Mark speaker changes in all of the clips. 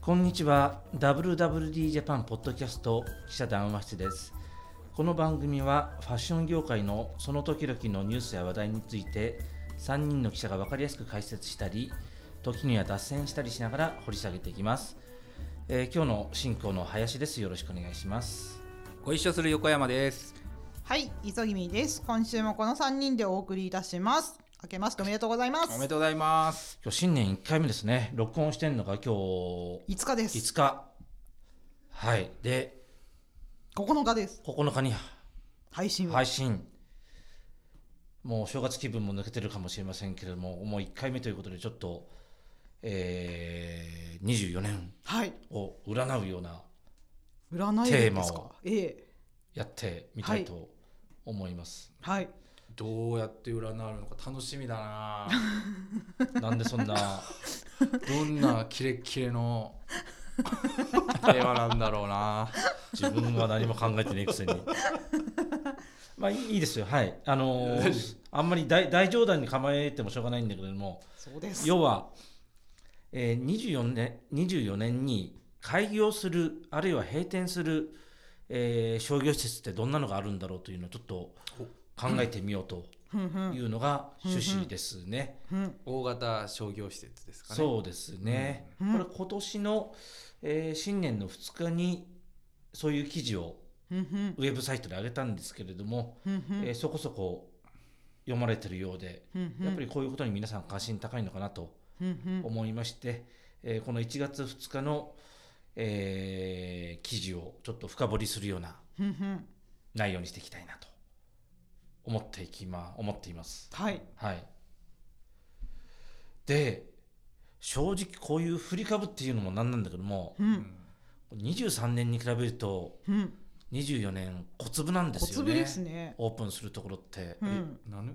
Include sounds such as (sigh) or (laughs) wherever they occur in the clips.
Speaker 1: こんにちは WWD ジャパンポッドキャスト記者談話室ですこの番組はファッション業界のその時々のニュースや話題について3人の記者が分かりやすく解説したり時には脱線したりしながら掘り下げていきます、えー今日の進行の林ですよろしくお願いします
Speaker 2: ご一緒する横山です。
Speaker 3: はい、急ぎみです。今週もこの三人でお送りいたします。明けましておめでとうございま
Speaker 2: お
Speaker 3: す。
Speaker 2: めでとうございます。
Speaker 1: 今日新年1回目ですね録音してんのが今日
Speaker 3: 5日です。
Speaker 1: 5日はいで
Speaker 3: 9日です。
Speaker 1: 9日に
Speaker 3: 配信は。
Speaker 1: 配信もう正月気分も抜けてるかもしれませんけれどももう1回目ということでちょっと、えー、24年
Speaker 3: はい。
Speaker 1: を占うような
Speaker 3: 占いで
Speaker 1: テーマ
Speaker 3: ですか
Speaker 1: を。
Speaker 3: ええ
Speaker 1: やってみたいと思います、
Speaker 3: はい。
Speaker 2: どうやって占うのか楽しみだな。 (laughs)
Speaker 1: なんでそんな
Speaker 2: どんなキレッキレのテーマなんだろうな。
Speaker 1: 自分は何も考えてないくせに (laughs) まあいいいいですよはいあのーあんまり大大冗談に構えてもしょうがないんだけれども
Speaker 3: そうです。
Speaker 1: 要は、えー、24, 年24年に開業するあるいは閉店する、えー商業施設ってどんなのがあるんだろうというのをちょっと考えてみようと
Speaker 3: ふんふん。
Speaker 1: いうのが趣旨ですね。
Speaker 3: ふん。
Speaker 2: 大型商業施設ですかね。
Speaker 1: そうですね、
Speaker 3: うん
Speaker 1: これ今年の、えー新年の2日にそういう記事を
Speaker 3: ふんふん。
Speaker 1: ウェブサイトで上げたんですけれども、
Speaker 3: ふんふん。
Speaker 1: えーそこそこ読まれてるようで
Speaker 3: ふんふん。
Speaker 1: やっぱりこういうことに皆さん関心高いのかなと
Speaker 3: ふんふん。
Speaker 1: 思いまして、えーこの1月2日の、えー記事をちょっと深掘りするような
Speaker 3: ふんふん。
Speaker 1: 内容にしていきたいなと思っていきま思っています。
Speaker 3: はい。
Speaker 1: はい、で正直こういう振り株っていうのもなんなんだけども
Speaker 3: ふ。
Speaker 2: うんん。
Speaker 1: 23年に比べると
Speaker 3: ふん。
Speaker 1: 24年小粒なんで
Speaker 3: 小
Speaker 1: すよ
Speaker 3: 粒
Speaker 1: ね
Speaker 3: ですね。
Speaker 1: オープンするところって
Speaker 3: う、ん。
Speaker 2: なぬ。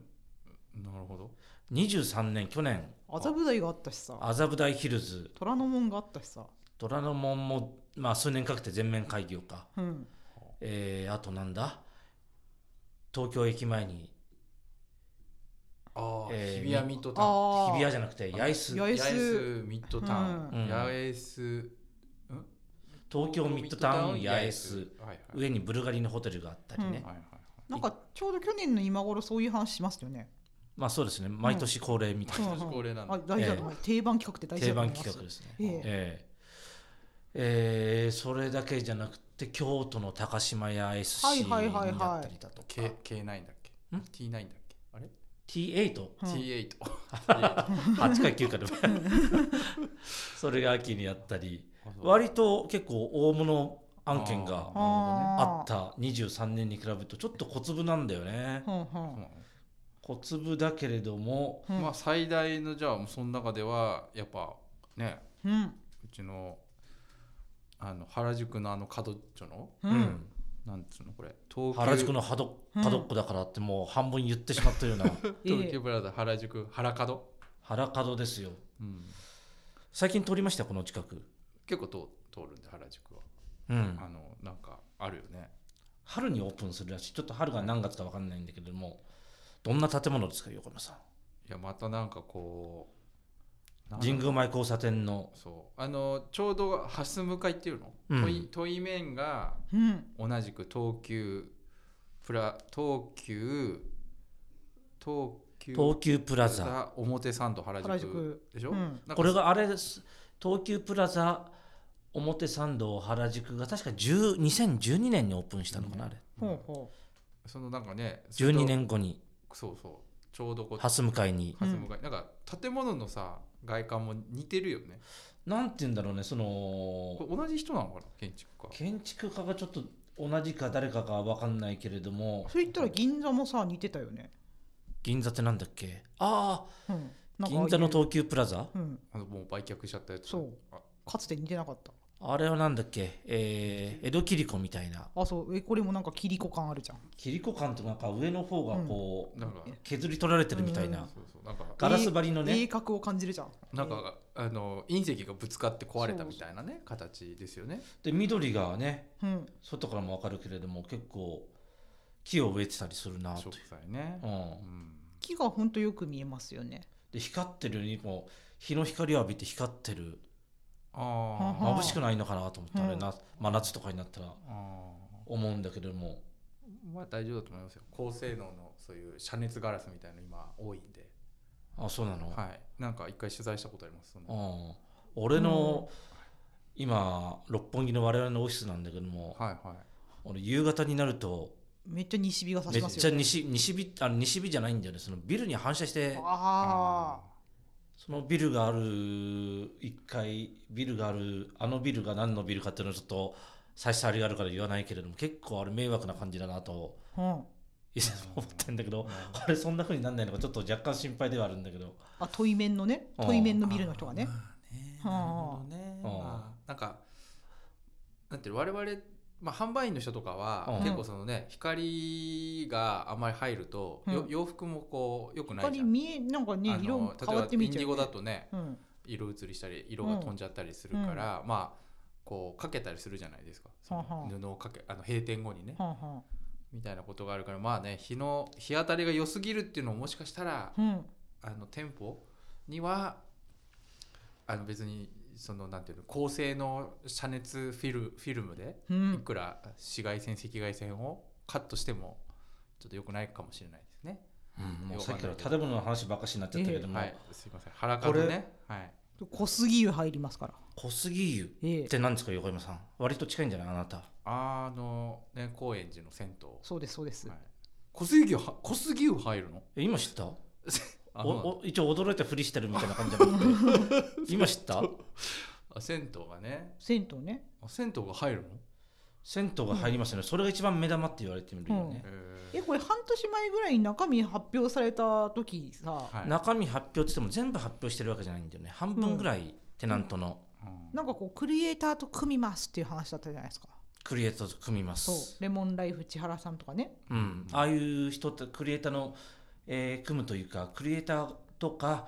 Speaker 2: なるほど。
Speaker 1: 23年去年
Speaker 3: 麻布台があったしさ。
Speaker 1: 麻布台ヒルズ
Speaker 3: 虎ノ門があったしさ。
Speaker 1: 虎ノ門も、まあ、数年かけて全面開業か
Speaker 3: うん。
Speaker 1: えーあとなんだ東京駅前に
Speaker 2: ああ、
Speaker 1: えー
Speaker 2: 日比谷ミッドタウン。
Speaker 3: ああ。
Speaker 1: 日比谷じゃなくて八重洲
Speaker 3: 八重洲
Speaker 2: 八重洲ミッドタウ
Speaker 1: うん
Speaker 2: ン。八重洲。
Speaker 1: 東京ミッドタウン八重洲。
Speaker 2: はいはい。
Speaker 1: 上にブルガリのホテルがあったりね、
Speaker 3: うん
Speaker 2: はいはいはい。
Speaker 3: なんかちょうど去年の今頃そういう話しますよね。
Speaker 1: まあそうですね毎年恒例みたいな、
Speaker 3: うん
Speaker 2: 私これなん
Speaker 3: あ、
Speaker 2: だ。
Speaker 3: 大事だと思う。定番企画って大事
Speaker 1: 定
Speaker 3: だと
Speaker 1: 番
Speaker 3: 思います。
Speaker 1: 企画ですね
Speaker 3: ええ
Speaker 1: えええーそれだけじゃなくて京都の高島屋 SC に
Speaker 3: はいはいはいはい
Speaker 1: なったりだとか、
Speaker 2: K K ナインだっけ
Speaker 1: ん
Speaker 2: ？T ナインだっけ？あれ
Speaker 1: T8
Speaker 3: うん
Speaker 2: T エイト。 (laughs)
Speaker 1: 8回9回で
Speaker 3: (laughs)
Speaker 1: もそれが秋にやったり割と結構大物案件が
Speaker 2: なるほどね
Speaker 1: あった23年に比べるとちょっと小粒なんだよね
Speaker 3: た。はんはん。
Speaker 1: 小粒だけれども
Speaker 3: うん
Speaker 2: まあ最大のじゃあその中ではやっぱね
Speaker 3: うん。
Speaker 2: うちのあの原宿のあの角っちょの
Speaker 3: う。
Speaker 1: うんん
Speaker 2: なんつうのこれ東急
Speaker 1: 原宿の角
Speaker 3: うん
Speaker 1: 角っこだからってもう半分言ってしまったような
Speaker 2: 東急ブラザー原宿原角、
Speaker 1: 原角ですよ
Speaker 2: うん、
Speaker 1: 最近通りましたこの近く、
Speaker 2: 結構通通るんで原宿は、
Speaker 1: うん、
Speaker 2: あのなんかあるよね
Speaker 1: 春にオープンするらしいちょっと春が何月か分かんないんだけれどもどんな建物ですか横山さん
Speaker 2: いやまたなんかこうなんだろ
Speaker 1: 神
Speaker 2: う
Speaker 1: 宮前交差点の
Speaker 2: そうあのちょうど蓮向かいっていうの、
Speaker 1: うん
Speaker 2: 問い問い面が
Speaker 3: うん。
Speaker 2: 同じく東急プラ東急東急
Speaker 1: 東急プラザ
Speaker 2: 表参道原宿
Speaker 3: 原宿
Speaker 2: でしょ、
Speaker 3: うん
Speaker 2: なんか
Speaker 1: これがあれです東急プラザ表参道原宿が確か10 2012年にオープンしたのかなあれ
Speaker 3: ほうほ
Speaker 2: そのなんかね
Speaker 1: 12年後に
Speaker 2: そうそうちょうどこう
Speaker 1: 蓮向かいに
Speaker 2: 蓮向かい、なんか建物のさ外観も似てるよね
Speaker 1: なんて言うんだろうねそ
Speaker 2: こ
Speaker 1: の
Speaker 2: れ同じ人なのかな建築家
Speaker 1: 建築家がちょっと同じか誰かかは分かんないけれども
Speaker 3: う。それ言ったら銀座もさ似てたよね。
Speaker 1: 銀座ってなんだっけあ
Speaker 3: うん。
Speaker 1: あ
Speaker 3: なんかああいう
Speaker 1: 銀座の東急プラザ
Speaker 3: うん。
Speaker 2: あのもう売却しちゃったやつ
Speaker 3: そう
Speaker 2: あ
Speaker 3: かつて似てなかった。
Speaker 1: あれはなんだっけえー江戸切子みたいな
Speaker 3: あ、そう。え、これもなんかキリコ感あるじゃん。
Speaker 1: 切子感となんか上の方がこう
Speaker 2: なんか
Speaker 1: 削り取られてるみたい
Speaker 3: うん
Speaker 1: な
Speaker 2: そうそうなんか
Speaker 1: ガラス張りの
Speaker 3: 鋭
Speaker 1: ね
Speaker 3: 角を感じるじゃん。
Speaker 2: なんかあの隕石がぶつかって壊れたみたいなね形ですよね
Speaker 1: で緑がね
Speaker 3: うん。
Speaker 1: 外からも分かるけれども結構木を植えてたりするなと
Speaker 2: 植
Speaker 1: いう、
Speaker 2: 材ね
Speaker 1: う、ん
Speaker 2: う、ん、
Speaker 3: 木が本当よく見えますよね。
Speaker 1: で光ってるよりも日の光を浴びて光ってる
Speaker 2: ああ
Speaker 3: は
Speaker 2: ー
Speaker 3: は
Speaker 1: 眩しくないのかなと思ったら、
Speaker 3: うん
Speaker 1: な真夏とかになったら
Speaker 2: あ
Speaker 1: 思うんだけども
Speaker 2: ーまあ大丈夫だと思いますよ高性能のそういう遮熱ガラスみたいなの今多いんで
Speaker 1: あそうなの、
Speaker 2: はいなんか一回取材したことありますその
Speaker 1: うん俺の、今六本木の我々のオフィスなんだけども、
Speaker 2: はいはい
Speaker 1: 俺夕方になると
Speaker 3: めっちゃ西日が差
Speaker 1: め
Speaker 3: し
Speaker 1: っ
Speaker 3: ます
Speaker 1: ちゃ
Speaker 3: よ。
Speaker 1: 西西日あの西日じゃないんだよねそのビルに反射して
Speaker 3: あ
Speaker 1: そのビルがある1階ビルがあるあのビルが何のビルかっていうのはちょっと差し障りがあるから言わないけれども結構あれ迷惑な感じだなと
Speaker 3: あ、うん。
Speaker 1: いつも思ってんだけ
Speaker 2: ー
Speaker 1: ど
Speaker 2: なるほど
Speaker 1: あれそんな風になんないのかちょっと若干心配ではあるんだけど
Speaker 3: あ、対面のね、
Speaker 1: うん
Speaker 3: 対面のビルの人がね
Speaker 2: ま。
Speaker 3: は
Speaker 2: あねなるほどね、
Speaker 1: あ
Speaker 2: まあ、なんかなんていうの我々、まあ、販売員の人とか
Speaker 1: うん
Speaker 2: は結構そのね光があんまり入ると、よ
Speaker 3: うん
Speaker 2: 洋服もこうよくないじ
Speaker 3: 光
Speaker 2: ゃん。
Speaker 3: 見え、なんかね
Speaker 2: あ、の
Speaker 3: 色変わって
Speaker 2: 例えばイ
Speaker 3: 見
Speaker 2: ン
Speaker 3: えち
Speaker 2: デ
Speaker 3: ゃ
Speaker 2: ィゴ
Speaker 3: うよ
Speaker 2: だ
Speaker 3: ね。
Speaker 2: とね
Speaker 3: うん。
Speaker 2: 色移りしたり色が飛んじゃったりするから、まあこうかけたりするじゃないですか、その
Speaker 3: はあはあ
Speaker 2: 布をかけあの閉店後にね、
Speaker 3: はんは
Speaker 2: みたいなことがあるからまあね日の日当たりが良すぎるっていうのももしかしたら
Speaker 3: ん。うん。
Speaker 2: あの店舗にはあの別にそのなんていうの高性能遮熱フィルフィルムで
Speaker 3: う
Speaker 2: い
Speaker 3: ん。
Speaker 2: くら紫外線赤外線をカットしてもちょっと良くないかもしれないですね。
Speaker 1: もうさっきから建物の話ばっかしになっちゃったけども
Speaker 2: はい、すいません腹からね、はい、
Speaker 3: 小杉湯入りますから。
Speaker 1: 小杉湯
Speaker 3: ええ
Speaker 1: って何ですか横山さん割と近いんじゃないあなた
Speaker 2: あのね高円寺の銭
Speaker 3: そうです、そうです
Speaker 2: 湯、は。い、小杉湯は小杉湯入るの
Speaker 1: え今知ったお
Speaker 2: あそうなんだ
Speaker 1: お一応驚いたふりしてるみたいな感じじゃなく (laughs) て今知った
Speaker 2: あ銭湯がね
Speaker 3: 銭湯ね。
Speaker 2: あ銭湯が入るの、
Speaker 1: 銭湯が入りましたねそれが一番目玉って言われてみるよね
Speaker 2: えー
Speaker 3: え、これ半年前ぐらいに中身発表された時さ、
Speaker 2: はい
Speaker 1: 中身発表って言っても全部発表してるわけじゃないんだよね半分ぐらいテナントの
Speaker 2: うん
Speaker 3: なんかこうクリエイターと組みますっていう話だったじゃないですか。
Speaker 1: クリエイターと組みま
Speaker 3: そう
Speaker 1: す、
Speaker 3: レモンライフ千原さんとかね。
Speaker 1: うん、ああいう人ってクリエイターの、えー組むというかクリエイターとか、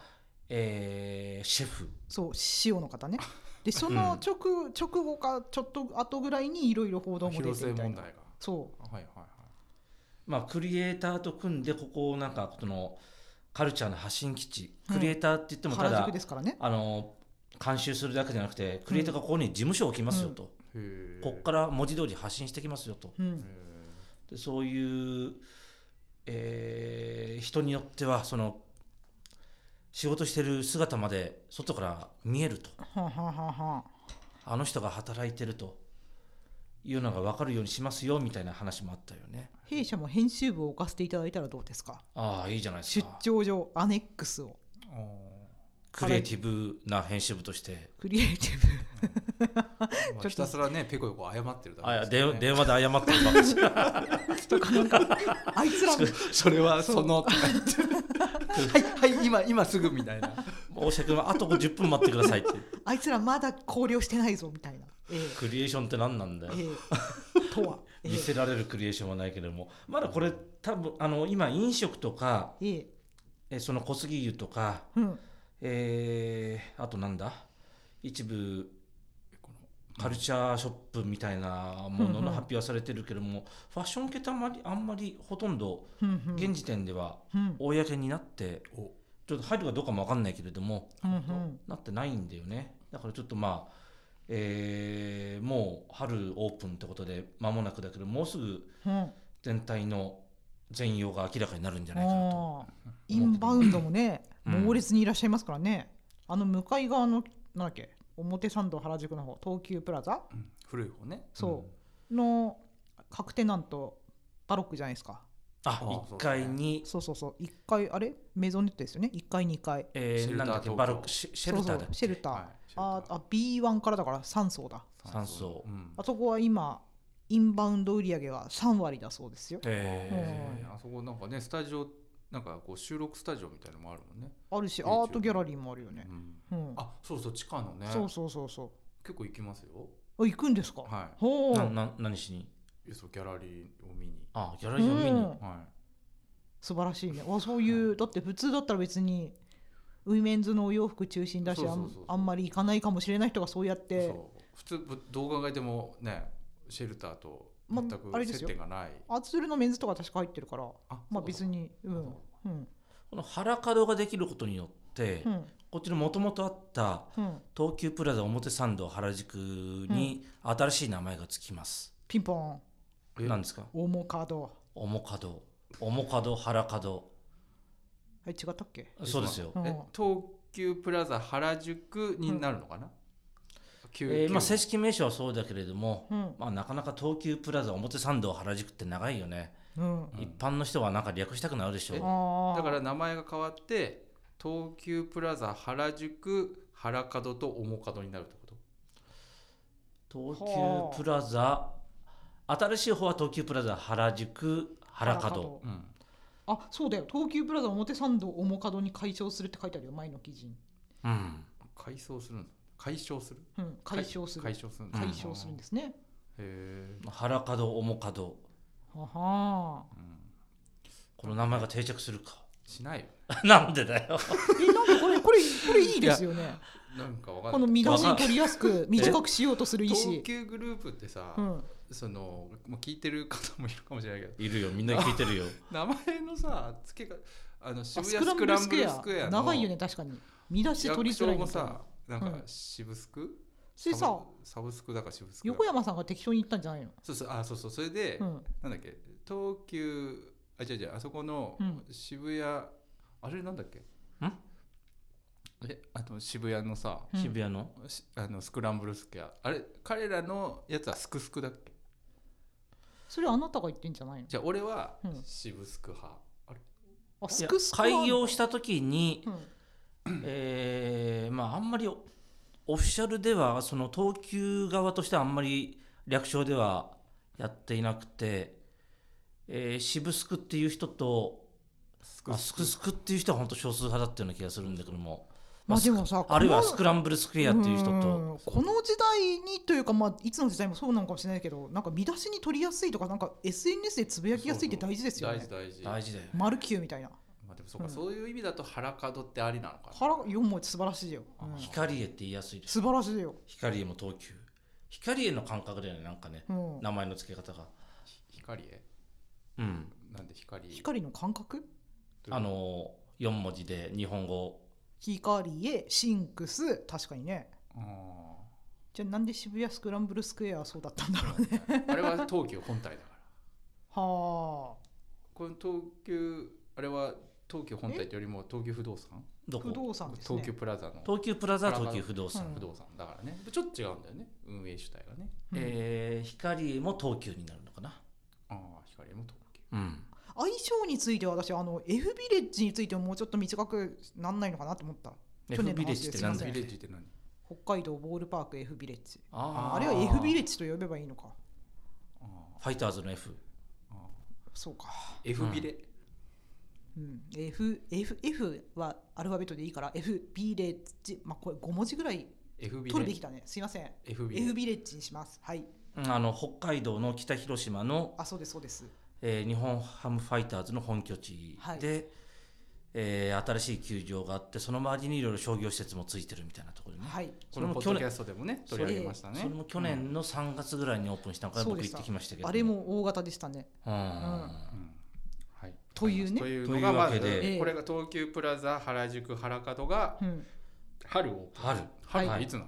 Speaker 1: えーシェフ
Speaker 3: そう、塩の方ね。で、その直、直後かちょっと後ぐらいにいろいろ報道も出
Speaker 2: 広
Speaker 3: て
Speaker 2: 瀬
Speaker 3: みたい
Speaker 2: 問題
Speaker 3: な
Speaker 2: が。
Speaker 3: そ
Speaker 2: はいはいはい
Speaker 1: まあ、クリエイターと組んでここをなんかこのカルチャーの発信基地
Speaker 3: うん
Speaker 1: クリエイターって言って
Speaker 3: う、
Speaker 1: もた
Speaker 3: 原
Speaker 1: だ、
Speaker 3: 宿ですからね。
Speaker 1: あの監修するだけじゃなくてクリエイターがここに事務所を置きますよと、
Speaker 2: へー
Speaker 1: ここから文字通り発信してきますよと
Speaker 3: うん。
Speaker 1: でそういう、えー人によってはその仕事してる姿まで外から見えると
Speaker 3: はんはんはんはん。
Speaker 1: あの人が働いてるというのが分かるようにしますよみたいな話もあったよね
Speaker 3: 弊社も編集部を置かせていただいたらどうですか
Speaker 1: ああいいじゃないです
Speaker 3: 出
Speaker 1: か
Speaker 3: 張所アネックスを
Speaker 2: あー
Speaker 1: クリエイティブな編集部として
Speaker 3: クリエイティブ
Speaker 2: まあ
Speaker 3: ちょっと
Speaker 2: ひたすらね、ペコペコ謝ってるだ
Speaker 1: あいや
Speaker 2: けですよ
Speaker 1: で電話で謝ってるばっ (laughs) かし
Speaker 3: とかなんかあいつらもは
Speaker 2: それはそのとか言ってはいはい今今すぐみたいな。
Speaker 1: 大下君はあと10分待ってくださいって
Speaker 3: あいつらまだ考慮してないぞみたいなえ
Speaker 1: クリエーションって何なんだよ
Speaker 3: ええ
Speaker 1: (laughs)
Speaker 3: えとはえ
Speaker 1: 見せられるクリエーションはないけれどもまだこれ多分あの今飲食とか
Speaker 3: えええ
Speaker 1: えその小杉湯とか
Speaker 3: うん
Speaker 1: えーあとなんだ一部カルチャーショップみたいなもの
Speaker 3: うんうん
Speaker 1: の発表はされてるけども、ファッション系ってあんまりあんまりほとんど
Speaker 3: うんうん
Speaker 1: 現時点では
Speaker 3: うん
Speaker 1: 公になって
Speaker 2: お
Speaker 1: ちょっと入るかどうかも分かんないけれども
Speaker 3: うんうん
Speaker 1: なってないんだよねだからちょっとまあえーもう春オープンってことで間もなくだけどもうすぐ
Speaker 3: うん
Speaker 1: 全体の全容が明らかになるんじゃないかなと。
Speaker 3: ああインバウンドもね
Speaker 1: うん
Speaker 3: 猛烈にいらっしゃいますからねあの向かい側のなんだっけ表参道原宿の方東急プラザ
Speaker 2: 古い方ね。
Speaker 3: その確定なんとバロックじゃないですか
Speaker 1: あ
Speaker 2: ああ
Speaker 1: 1階に、
Speaker 3: そうそうそう1階あれメゾネットですよね1階2階
Speaker 1: え
Speaker 2: シェ
Speaker 1: ー、
Speaker 2: ルタ
Speaker 1: な
Speaker 2: ー
Speaker 1: んだっけ
Speaker 2: 東京
Speaker 1: バロックシェシェルターだっけ
Speaker 3: そうそうシェルター、
Speaker 2: はいシェルター
Speaker 3: ああ B1 からだから3層だ
Speaker 2: うん
Speaker 1: 酸素
Speaker 2: うん
Speaker 3: あそこは今インバウンド売り上げが3割だそうですよ
Speaker 1: え
Speaker 2: あそこなんかねスタジオなんかこう収録スタジオみたいなのもあるもんね。
Speaker 3: あるしア
Speaker 2: YouTube
Speaker 3: ートギャラリーもあるよね
Speaker 2: う、ん
Speaker 3: うん
Speaker 2: あそうそう地下のね。
Speaker 3: そうそうそうそ
Speaker 2: 結構行きますよ。
Speaker 3: うあ行くんですか、
Speaker 2: は
Speaker 1: ー
Speaker 3: ほう
Speaker 1: なな何しに
Speaker 2: い。いやそうギャラリーを見に。
Speaker 1: あギャラ
Speaker 3: う
Speaker 1: リーを見に、
Speaker 3: ん、
Speaker 2: は
Speaker 3: 素晴らしいねあそういうだって普通だったら別にウィメンズのお洋服中心だし
Speaker 2: そう
Speaker 3: あ
Speaker 2: そうそうんそう
Speaker 3: あんまり行かないかもしれない人がそうやっ
Speaker 2: い。
Speaker 3: て
Speaker 2: そう普通ぶどう考えてもねシェルターと
Speaker 3: ま
Speaker 2: 全
Speaker 3: あれ
Speaker 2: く
Speaker 3: です
Speaker 2: 接
Speaker 3: よ
Speaker 2: 点がない。
Speaker 3: アーツルのメンズとか確か入ってるから
Speaker 2: あ
Speaker 3: まあ別。にう
Speaker 2: そ
Speaker 3: ん
Speaker 2: うかそうか
Speaker 3: うん
Speaker 1: この腹角ができることによって、
Speaker 3: うん
Speaker 1: こっちのもともとあった
Speaker 3: うん、
Speaker 1: 東急プラザ表参道原宿に新しい名前がつきます。
Speaker 3: ピンポン
Speaker 2: え
Speaker 1: 何ですか
Speaker 3: 面角
Speaker 1: 面角、面角、原角。
Speaker 3: え違ったっけ
Speaker 1: そうですよ。
Speaker 3: うん
Speaker 2: え東急プラザ原宿になるのかな、
Speaker 1: えーまあ、正
Speaker 2: 式
Speaker 1: 式名称はそうだけれども、
Speaker 3: うん
Speaker 1: まあ、なかなか東急プラザ表参道原宿って長いよね、
Speaker 3: うん
Speaker 2: うん
Speaker 1: 一般の人はなんか略したくなるでしょう
Speaker 3: あ
Speaker 2: だ
Speaker 3: あ
Speaker 2: から名前が変わって東急プラザ原宿原角と面角になるってこと
Speaker 1: 東急プラザ新しい方は東急プラザ原宿原角
Speaker 2: うん
Speaker 3: あそうだよ東急プラザ表参道面角に解消するって書いてあるよ前の記事に、
Speaker 1: うん
Speaker 2: 解消するんだ解消する
Speaker 3: うん、解消する
Speaker 2: 解消するんだ
Speaker 1: うん
Speaker 3: 解消するんですね、
Speaker 2: へえ、
Speaker 1: 原角面角
Speaker 3: はは
Speaker 2: うん、
Speaker 1: この名前が定着するか (laughs)
Speaker 2: しないよ
Speaker 1: なんでだよ
Speaker 3: えなんかこれこれこれいいですよね
Speaker 2: なんかわか
Speaker 3: こ
Speaker 2: んな
Speaker 3: の
Speaker 2: い
Speaker 3: 見出し取りやすく短くしようとする意
Speaker 2: 東
Speaker 3: 思
Speaker 2: 急グループってさ、
Speaker 3: うん
Speaker 2: そのもう聞いてる方もいるかもしれないけど
Speaker 1: いるよみんな聞いてるよ
Speaker 2: 名前のさ付けがあの
Speaker 3: あ
Speaker 2: 渋
Speaker 3: ス
Speaker 2: 谷
Speaker 3: クラ
Speaker 2: ス
Speaker 3: ン
Speaker 2: ク
Speaker 3: ブ
Speaker 2: ラ
Speaker 3: ル
Speaker 2: ン
Speaker 3: ス
Speaker 2: ブ
Speaker 3: ク
Speaker 2: ル
Speaker 3: エ
Speaker 2: スクエ
Speaker 3: ア
Speaker 2: アの
Speaker 3: 長いよね確かに見出し取り
Speaker 2: 役
Speaker 3: づ
Speaker 2: 所
Speaker 3: らい
Speaker 2: も
Speaker 3: みたいな
Speaker 2: さなん
Speaker 3: い
Speaker 2: か
Speaker 3: のうん
Speaker 2: 渋スク、
Speaker 3: し
Speaker 2: サ
Speaker 3: さ
Speaker 2: ブサブスクだか渋スクだか
Speaker 3: 横山さんが適当に言ったんじゃないの、
Speaker 2: そうそうあそうそうそれで、
Speaker 3: うん、
Speaker 2: なんだっけ東急あ違う違うあそこの
Speaker 3: うん
Speaker 2: 渋谷、あれなんだっけ
Speaker 1: ん
Speaker 2: えあと渋谷のさ、
Speaker 3: う
Speaker 1: (laughs)
Speaker 3: ん
Speaker 1: 渋谷の
Speaker 2: しあのスクランブルスクエアあれ彼らのやつはスクスクだっけ
Speaker 3: それあなたが言ってんじゃないの
Speaker 2: じゃあ俺は
Speaker 3: うん
Speaker 2: 渋スク派、あれ
Speaker 3: あスクスク
Speaker 1: 開
Speaker 3: は
Speaker 1: 業した時に、
Speaker 3: うん
Speaker 1: えーまああんまりオオフィシャルではその東急側としてはあんまり略称ではやっていなくて、えー、渋スクっていう人と
Speaker 2: ス
Speaker 1: まあスクスクっていう人は本当少数派だったような気がするんだけども、
Speaker 3: まあでもさ
Speaker 1: あるいは
Speaker 3: この
Speaker 1: スクランブルスクエアっていう人
Speaker 3: うん
Speaker 1: と
Speaker 3: この時代にというか、まあ、いつの時代もそうなのかもしれないけどなんか見出しに取りやすいとかなんか SNS でつぶやきやすいって大事ですよね
Speaker 2: 大事大事
Speaker 1: 大事だよね
Speaker 3: マルキューみたいな
Speaker 2: まあ、でもそうか、
Speaker 3: うん
Speaker 2: そういう意味だと腹角ってありなのかな
Speaker 3: 腹4文字素晴らしいよ、うん
Speaker 1: 光栄って言いやすいです
Speaker 3: 素晴らしいよ、
Speaker 1: 光栄も東急光栄の感覚だよねなんかね
Speaker 3: うん、
Speaker 1: 名前の付け方が
Speaker 2: 光へ
Speaker 1: うん
Speaker 2: なんで光
Speaker 3: 光の感覚
Speaker 1: あの4文字で日本語
Speaker 3: 光へシンクス確かにね
Speaker 2: あ
Speaker 3: じゃあなんで渋谷スクランブルスクエアはそうだったんだろうね
Speaker 2: ーあれは東急本体だから
Speaker 3: は
Speaker 2: この東急あれは東急本体というよりも東急不動産
Speaker 1: ど
Speaker 3: あ不
Speaker 1: こ
Speaker 3: 動産ですね
Speaker 2: 東急プラザの
Speaker 1: 東急プラザ東急不動産、
Speaker 3: うん
Speaker 2: 不動産だからねちょっと違うんだよね運営主体がね
Speaker 3: うん
Speaker 1: えー光も東急になるのかな
Speaker 2: ああ光も東急
Speaker 1: うん
Speaker 3: 相性については私あの F ビレッジについてももうちょっと短くなんないのかなと思った
Speaker 1: F
Speaker 3: 去年の話
Speaker 1: ビレッジって何
Speaker 3: す
Speaker 1: だ
Speaker 3: い
Speaker 1: っ
Speaker 2: ビレ
Speaker 1: け
Speaker 2: ッジって何
Speaker 3: 北海道ボールパーク F ビレッジ
Speaker 1: あ
Speaker 3: あれは F ビレッジと呼べばいいのか
Speaker 2: あ
Speaker 1: ファイターズの F
Speaker 2: ーあ
Speaker 3: そうか、
Speaker 2: ー F ビレ
Speaker 3: うん、F, F, F はアルファベットでいいから F ビレッジ、まあ、これ5文字ぐらい
Speaker 2: F ビ
Speaker 3: 取るべ
Speaker 2: レ
Speaker 3: きだねすいません
Speaker 2: F ビ
Speaker 3: F
Speaker 2: レ
Speaker 3: ビレッジにしますはい
Speaker 1: うんあの北海道の北広島の、
Speaker 3: あそうですそうです
Speaker 1: えー日本ハムファイターズの本拠地
Speaker 3: はい
Speaker 1: で、えー新しい球場があってその周りにいろいろ商業施設もついてるみたいなところでね、
Speaker 3: はい
Speaker 2: このポッドキャストでもね
Speaker 1: そ
Speaker 2: 取
Speaker 1: れ
Speaker 2: り上げましたね
Speaker 1: それも去年の3月ぐらいにオープンしたのから
Speaker 3: そう
Speaker 1: 僕行
Speaker 3: でし
Speaker 1: ったてきましたけど
Speaker 3: あれも大型でしたね
Speaker 1: うん
Speaker 2: うんうんはい
Speaker 3: というね
Speaker 2: というのがまず
Speaker 1: というわ
Speaker 3: けで
Speaker 2: これが東急プラザ原宿原門が
Speaker 3: うん
Speaker 2: 春を
Speaker 1: 春
Speaker 2: 春っ
Speaker 1: は
Speaker 2: て
Speaker 1: い
Speaker 2: いつなの、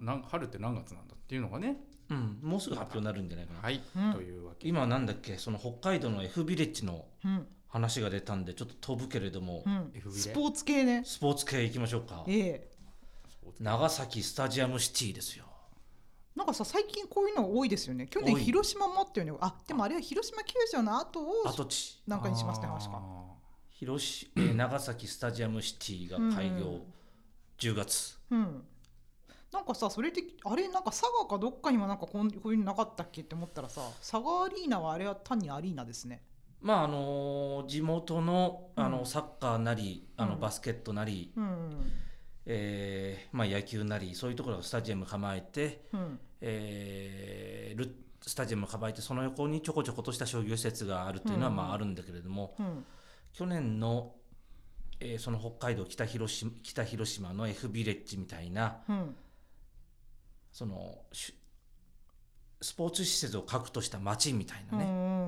Speaker 2: なん春って何月なんだっていうのがね
Speaker 1: うん、もうすぐ発表になるんじゃないかな、
Speaker 2: はい、
Speaker 3: うん
Speaker 2: というわけで
Speaker 1: 今なんだっけその北海道の F ビレッジの
Speaker 3: うん
Speaker 1: 話が出たんでちょっと飛ぶけれども、
Speaker 3: うん、
Speaker 2: F ビレ
Speaker 3: スポーツ系ね
Speaker 1: スポーツ系行きましょうか
Speaker 3: ええ
Speaker 1: 長崎スタジアムシティですよ
Speaker 3: なんかさ最近こういうの多いですよね去年
Speaker 1: 多い
Speaker 3: 広島もあったよねあでもあれは広島球場の後を
Speaker 1: 跡地
Speaker 3: なんかにしますって話
Speaker 2: あ
Speaker 3: か
Speaker 1: 広し、
Speaker 3: (clears throat)
Speaker 1: えー長崎スタジアムシティが開
Speaker 3: う
Speaker 1: 業
Speaker 3: ん
Speaker 1: 10月、
Speaker 3: うんなんかさそれであれなんか佐賀かどっかにもなんかこんこういうのなかったっけって思ったらさ佐賀アリーナはあれは単にアリーナですね
Speaker 1: まああのー地元のあの、
Speaker 3: うん
Speaker 1: サッカーなりあの
Speaker 3: うん
Speaker 1: バスケットなり、
Speaker 3: うん
Speaker 1: えーまあ、野球なりそういうところがスタジアム構えて、
Speaker 3: うん
Speaker 1: えールスタジアム構えてその横にちょこちょことした商業施設があるというのは、
Speaker 3: うん
Speaker 1: まあ、あるんだけれども、
Speaker 3: うん
Speaker 1: 去年の、えーその北海道北広島北広島の F ビレッジみたいな
Speaker 3: うん
Speaker 1: そのしスポーツ施設を核とした街みたいな
Speaker 3: う
Speaker 1: ね、
Speaker 3: んうん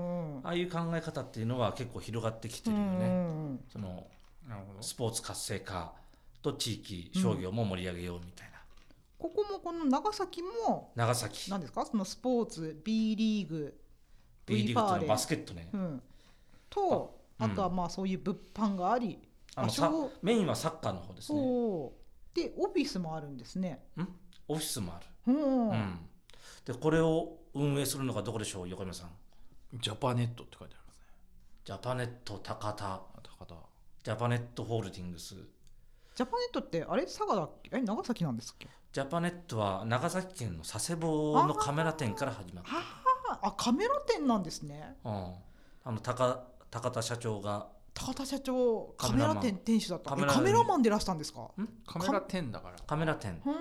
Speaker 1: ああいう考え方っていうのは結構広がってきて
Speaker 3: う
Speaker 1: るよね、
Speaker 3: ん
Speaker 1: その
Speaker 2: ーなるほど
Speaker 1: スポーツ活性化と地域商業も盛り上げようみたいな、
Speaker 3: ここもこの長崎も
Speaker 1: 長崎
Speaker 3: 何ですかそのスポーツ B リーグ
Speaker 1: B リーグっていうのは
Speaker 3: V
Speaker 1: バスケットね、
Speaker 3: うん、と
Speaker 1: あ
Speaker 3: あ
Speaker 1: うん
Speaker 3: とはまあそういう物販があり、
Speaker 1: あの
Speaker 3: 場
Speaker 1: さ
Speaker 3: 所を
Speaker 1: メインはサッカーの方ですね
Speaker 3: そうでオフィスもあるんですね。
Speaker 1: オフィスもある、
Speaker 3: うん
Speaker 1: うん、でこれを運営するのがどこでしょう横山さん
Speaker 2: ジャパネットって書いてありますね
Speaker 1: ジャパネット高田
Speaker 2: あ高田
Speaker 1: ジャパネットホールディングス
Speaker 3: ジャパネットってあれ佐賀だっけえ長崎なんですっけ
Speaker 1: ジャパネットは長崎県の佐世保のカメラ店から始まった
Speaker 3: ああカメラ店なんですね
Speaker 1: うん、あの高高田社長が
Speaker 3: 高田社長
Speaker 1: カ
Speaker 3: カ
Speaker 1: メ
Speaker 3: メ
Speaker 1: ラマン
Speaker 3: ラ店店主だったえ
Speaker 1: カ
Speaker 3: カ
Speaker 1: メ
Speaker 3: メ
Speaker 1: ラ
Speaker 3: ラマンでいらしたんですか
Speaker 2: カメラ店だから
Speaker 1: カメラ店、
Speaker 3: ふー
Speaker 2: メ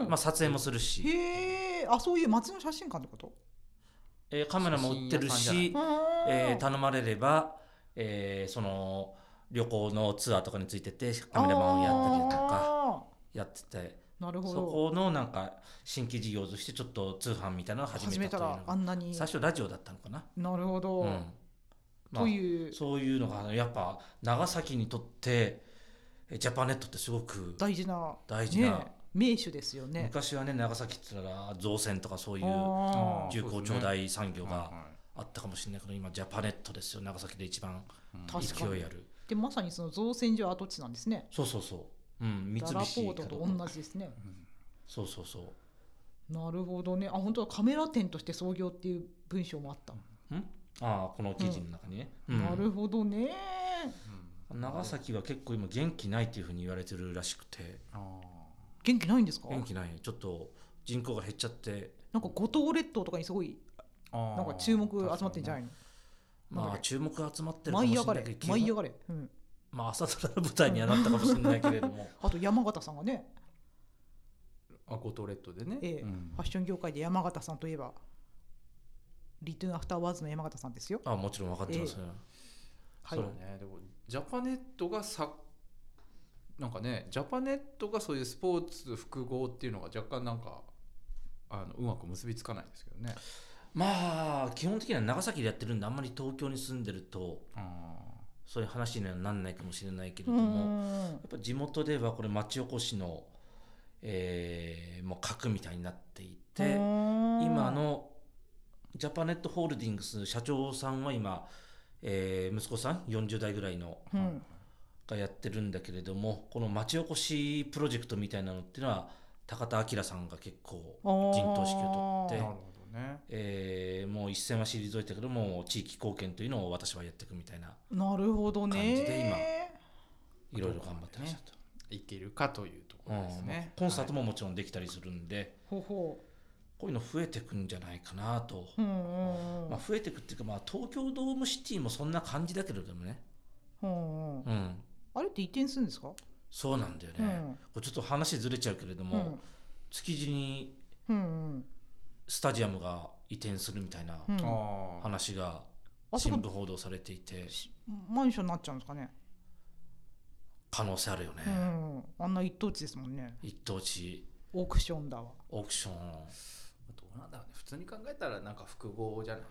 Speaker 2: ラ
Speaker 3: ん
Speaker 1: まあ、撮影もするし、
Speaker 3: へえあそういう街の写真館ってこと
Speaker 1: えーカメラも売ってる
Speaker 2: 写真
Speaker 1: し
Speaker 3: う、ーん
Speaker 1: えー頼まれれば、えーその旅行のツアーとかについててカメラマンをやったりだとか
Speaker 3: あ
Speaker 1: やってて
Speaker 3: ーなる
Speaker 1: そ
Speaker 3: ほど
Speaker 1: このなんか新規事業としてちょっと通販みたいなのを始
Speaker 3: 始
Speaker 1: め
Speaker 3: め
Speaker 1: た
Speaker 3: た
Speaker 1: という
Speaker 3: ら
Speaker 1: の
Speaker 3: あ
Speaker 1: が
Speaker 3: んなに
Speaker 1: 最初ラジオだったのかな。
Speaker 3: なるほど、
Speaker 1: うんまあ
Speaker 3: という
Speaker 1: そういうのがやっぱ長崎にとってえジャパネットってすごく
Speaker 3: 大事な
Speaker 1: 大事な
Speaker 3: ね、名手ですよね。
Speaker 1: 昔はね長崎って言ったら造船とかそういう
Speaker 3: あ
Speaker 2: あ
Speaker 3: ー
Speaker 1: 重工長大産業
Speaker 2: は
Speaker 1: があったかもしれないけど今ジャパネットですよ長崎で一番
Speaker 2: いはい
Speaker 3: 確かに
Speaker 1: 勢いある
Speaker 3: でまさにその造船所跡地なんですね。
Speaker 1: そうそうそう、うん、三
Speaker 3: ダラポ
Speaker 1: 菱
Speaker 3: ートと同じですね。
Speaker 2: うん
Speaker 1: そうそうそう
Speaker 3: なるほどね。あ本当はカメラ店として創業っていう文章もあった。
Speaker 1: ああこの記事の中にね、うん
Speaker 3: なるほどね。
Speaker 2: うん
Speaker 1: 長崎は結構今元気ないっていうふうに言われてるらしくて
Speaker 2: あー
Speaker 3: 元気ないんですか？
Speaker 1: 元気ないちょっと人口が減っちゃって
Speaker 3: なんか五島列島とかにすごい
Speaker 2: あー
Speaker 3: なんか注目集まってんじゃないの？なん
Speaker 1: ま
Speaker 3: だ
Speaker 1: あ
Speaker 3: っけ
Speaker 1: 注目集まってるかも
Speaker 3: 舞
Speaker 1: し
Speaker 3: い
Speaker 1: れ
Speaker 3: 上が
Speaker 1: ない
Speaker 3: れ
Speaker 1: けど基
Speaker 3: 舞い
Speaker 1: 本
Speaker 3: 上がれ。うん。
Speaker 1: まあ朝ドラの舞台にはなったかもしれないけれども (laughs)
Speaker 3: あと山形さんがね、
Speaker 2: あ五島列島でね
Speaker 3: ええ
Speaker 2: うん
Speaker 3: ファッション業界で山形さんといえば、リトゥーンアフターワーズの山形さんですよ。
Speaker 1: ああもちろん分かってますよ、
Speaker 3: はい
Speaker 1: そ
Speaker 2: そうう
Speaker 1: だ
Speaker 2: ねでもジャパネットがさなんかねジャパネットがそういうスポーツ複合っていうのが若干なんかあのうまく結びつかないんですけどね
Speaker 1: まあ基本的には長崎でやってるんであんまり東京に住んでると
Speaker 2: あ
Speaker 1: そういう話にはなんないかもしれないけれ
Speaker 3: う
Speaker 1: ども、や
Speaker 3: ん。
Speaker 1: っぱ地元ではこれ町おこしの、えーもう核みたいになっていて、今
Speaker 3: 今
Speaker 1: のジャパネットホールディングス社長さんは今、えー息子さん40代ぐらいの
Speaker 3: う
Speaker 2: ー
Speaker 3: ん、
Speaker 1: がやってるんだけれどもこの町おこしプロジェクトみたいなのっていうのは高田明さんが結構、陣頭指揮を取
Speaker 2: な
Speaker 1: っ
Speaker 2: る
Speaker 1: て
Speaker 2: ほどね
Speaker 1: えーもう一線は退いたけども地域貢献というのを私はやっていくみたいな
Speaker 3: てなるほどね
Speaker 1: 感じでいろいろ頑張ってらっしゃると。
Speaker 2: いけるかというところですね、
Speaker 1: コンサートももちろんできたりするんで、
Speaker 3: ほうほ
Speaker 1: こういうの増えてくんじゃないかなと、
Speaker 3: ううんうんうん
Speaker 1: まあ、増えてくっていうか、まあ、東京ドームシティもそんな感じだけれどもね、
Speaker 3: うんうん
Speaker 1: うん、
Speaker 3: あれって移転するんですか、
Speaker 1: そうなんだよね、
Speaker 3: うん
Speaker 1: これちょっと話ずれちゃうけれども、築地に
Speaker 3: うんうんうん
Speaker 1: スタジアムが移転するみたいな
Speaker 3: うん
Speaker 2: はい
Speaker 3: あ
Speaker 2: あー
Speaker 1: 話が
Speaker 3: そ
Speaker 1: 新
Speaker 3: こ
Speaker 1: 聞報道されていて
Speaker 3: しマンションになっちゃうんですかね、
Speaker 1: 可能性あるよ
Speaker 3: う
Speaker 1: ね、
Speaker 3: んうん、あんな一等地ですもんね
Speaker 1: 一等地
Speaker 3: オークションだわ
Speaker 1: オークション
Speaker 2: どうなんだろうね普通に考えたらなんか複合じゃない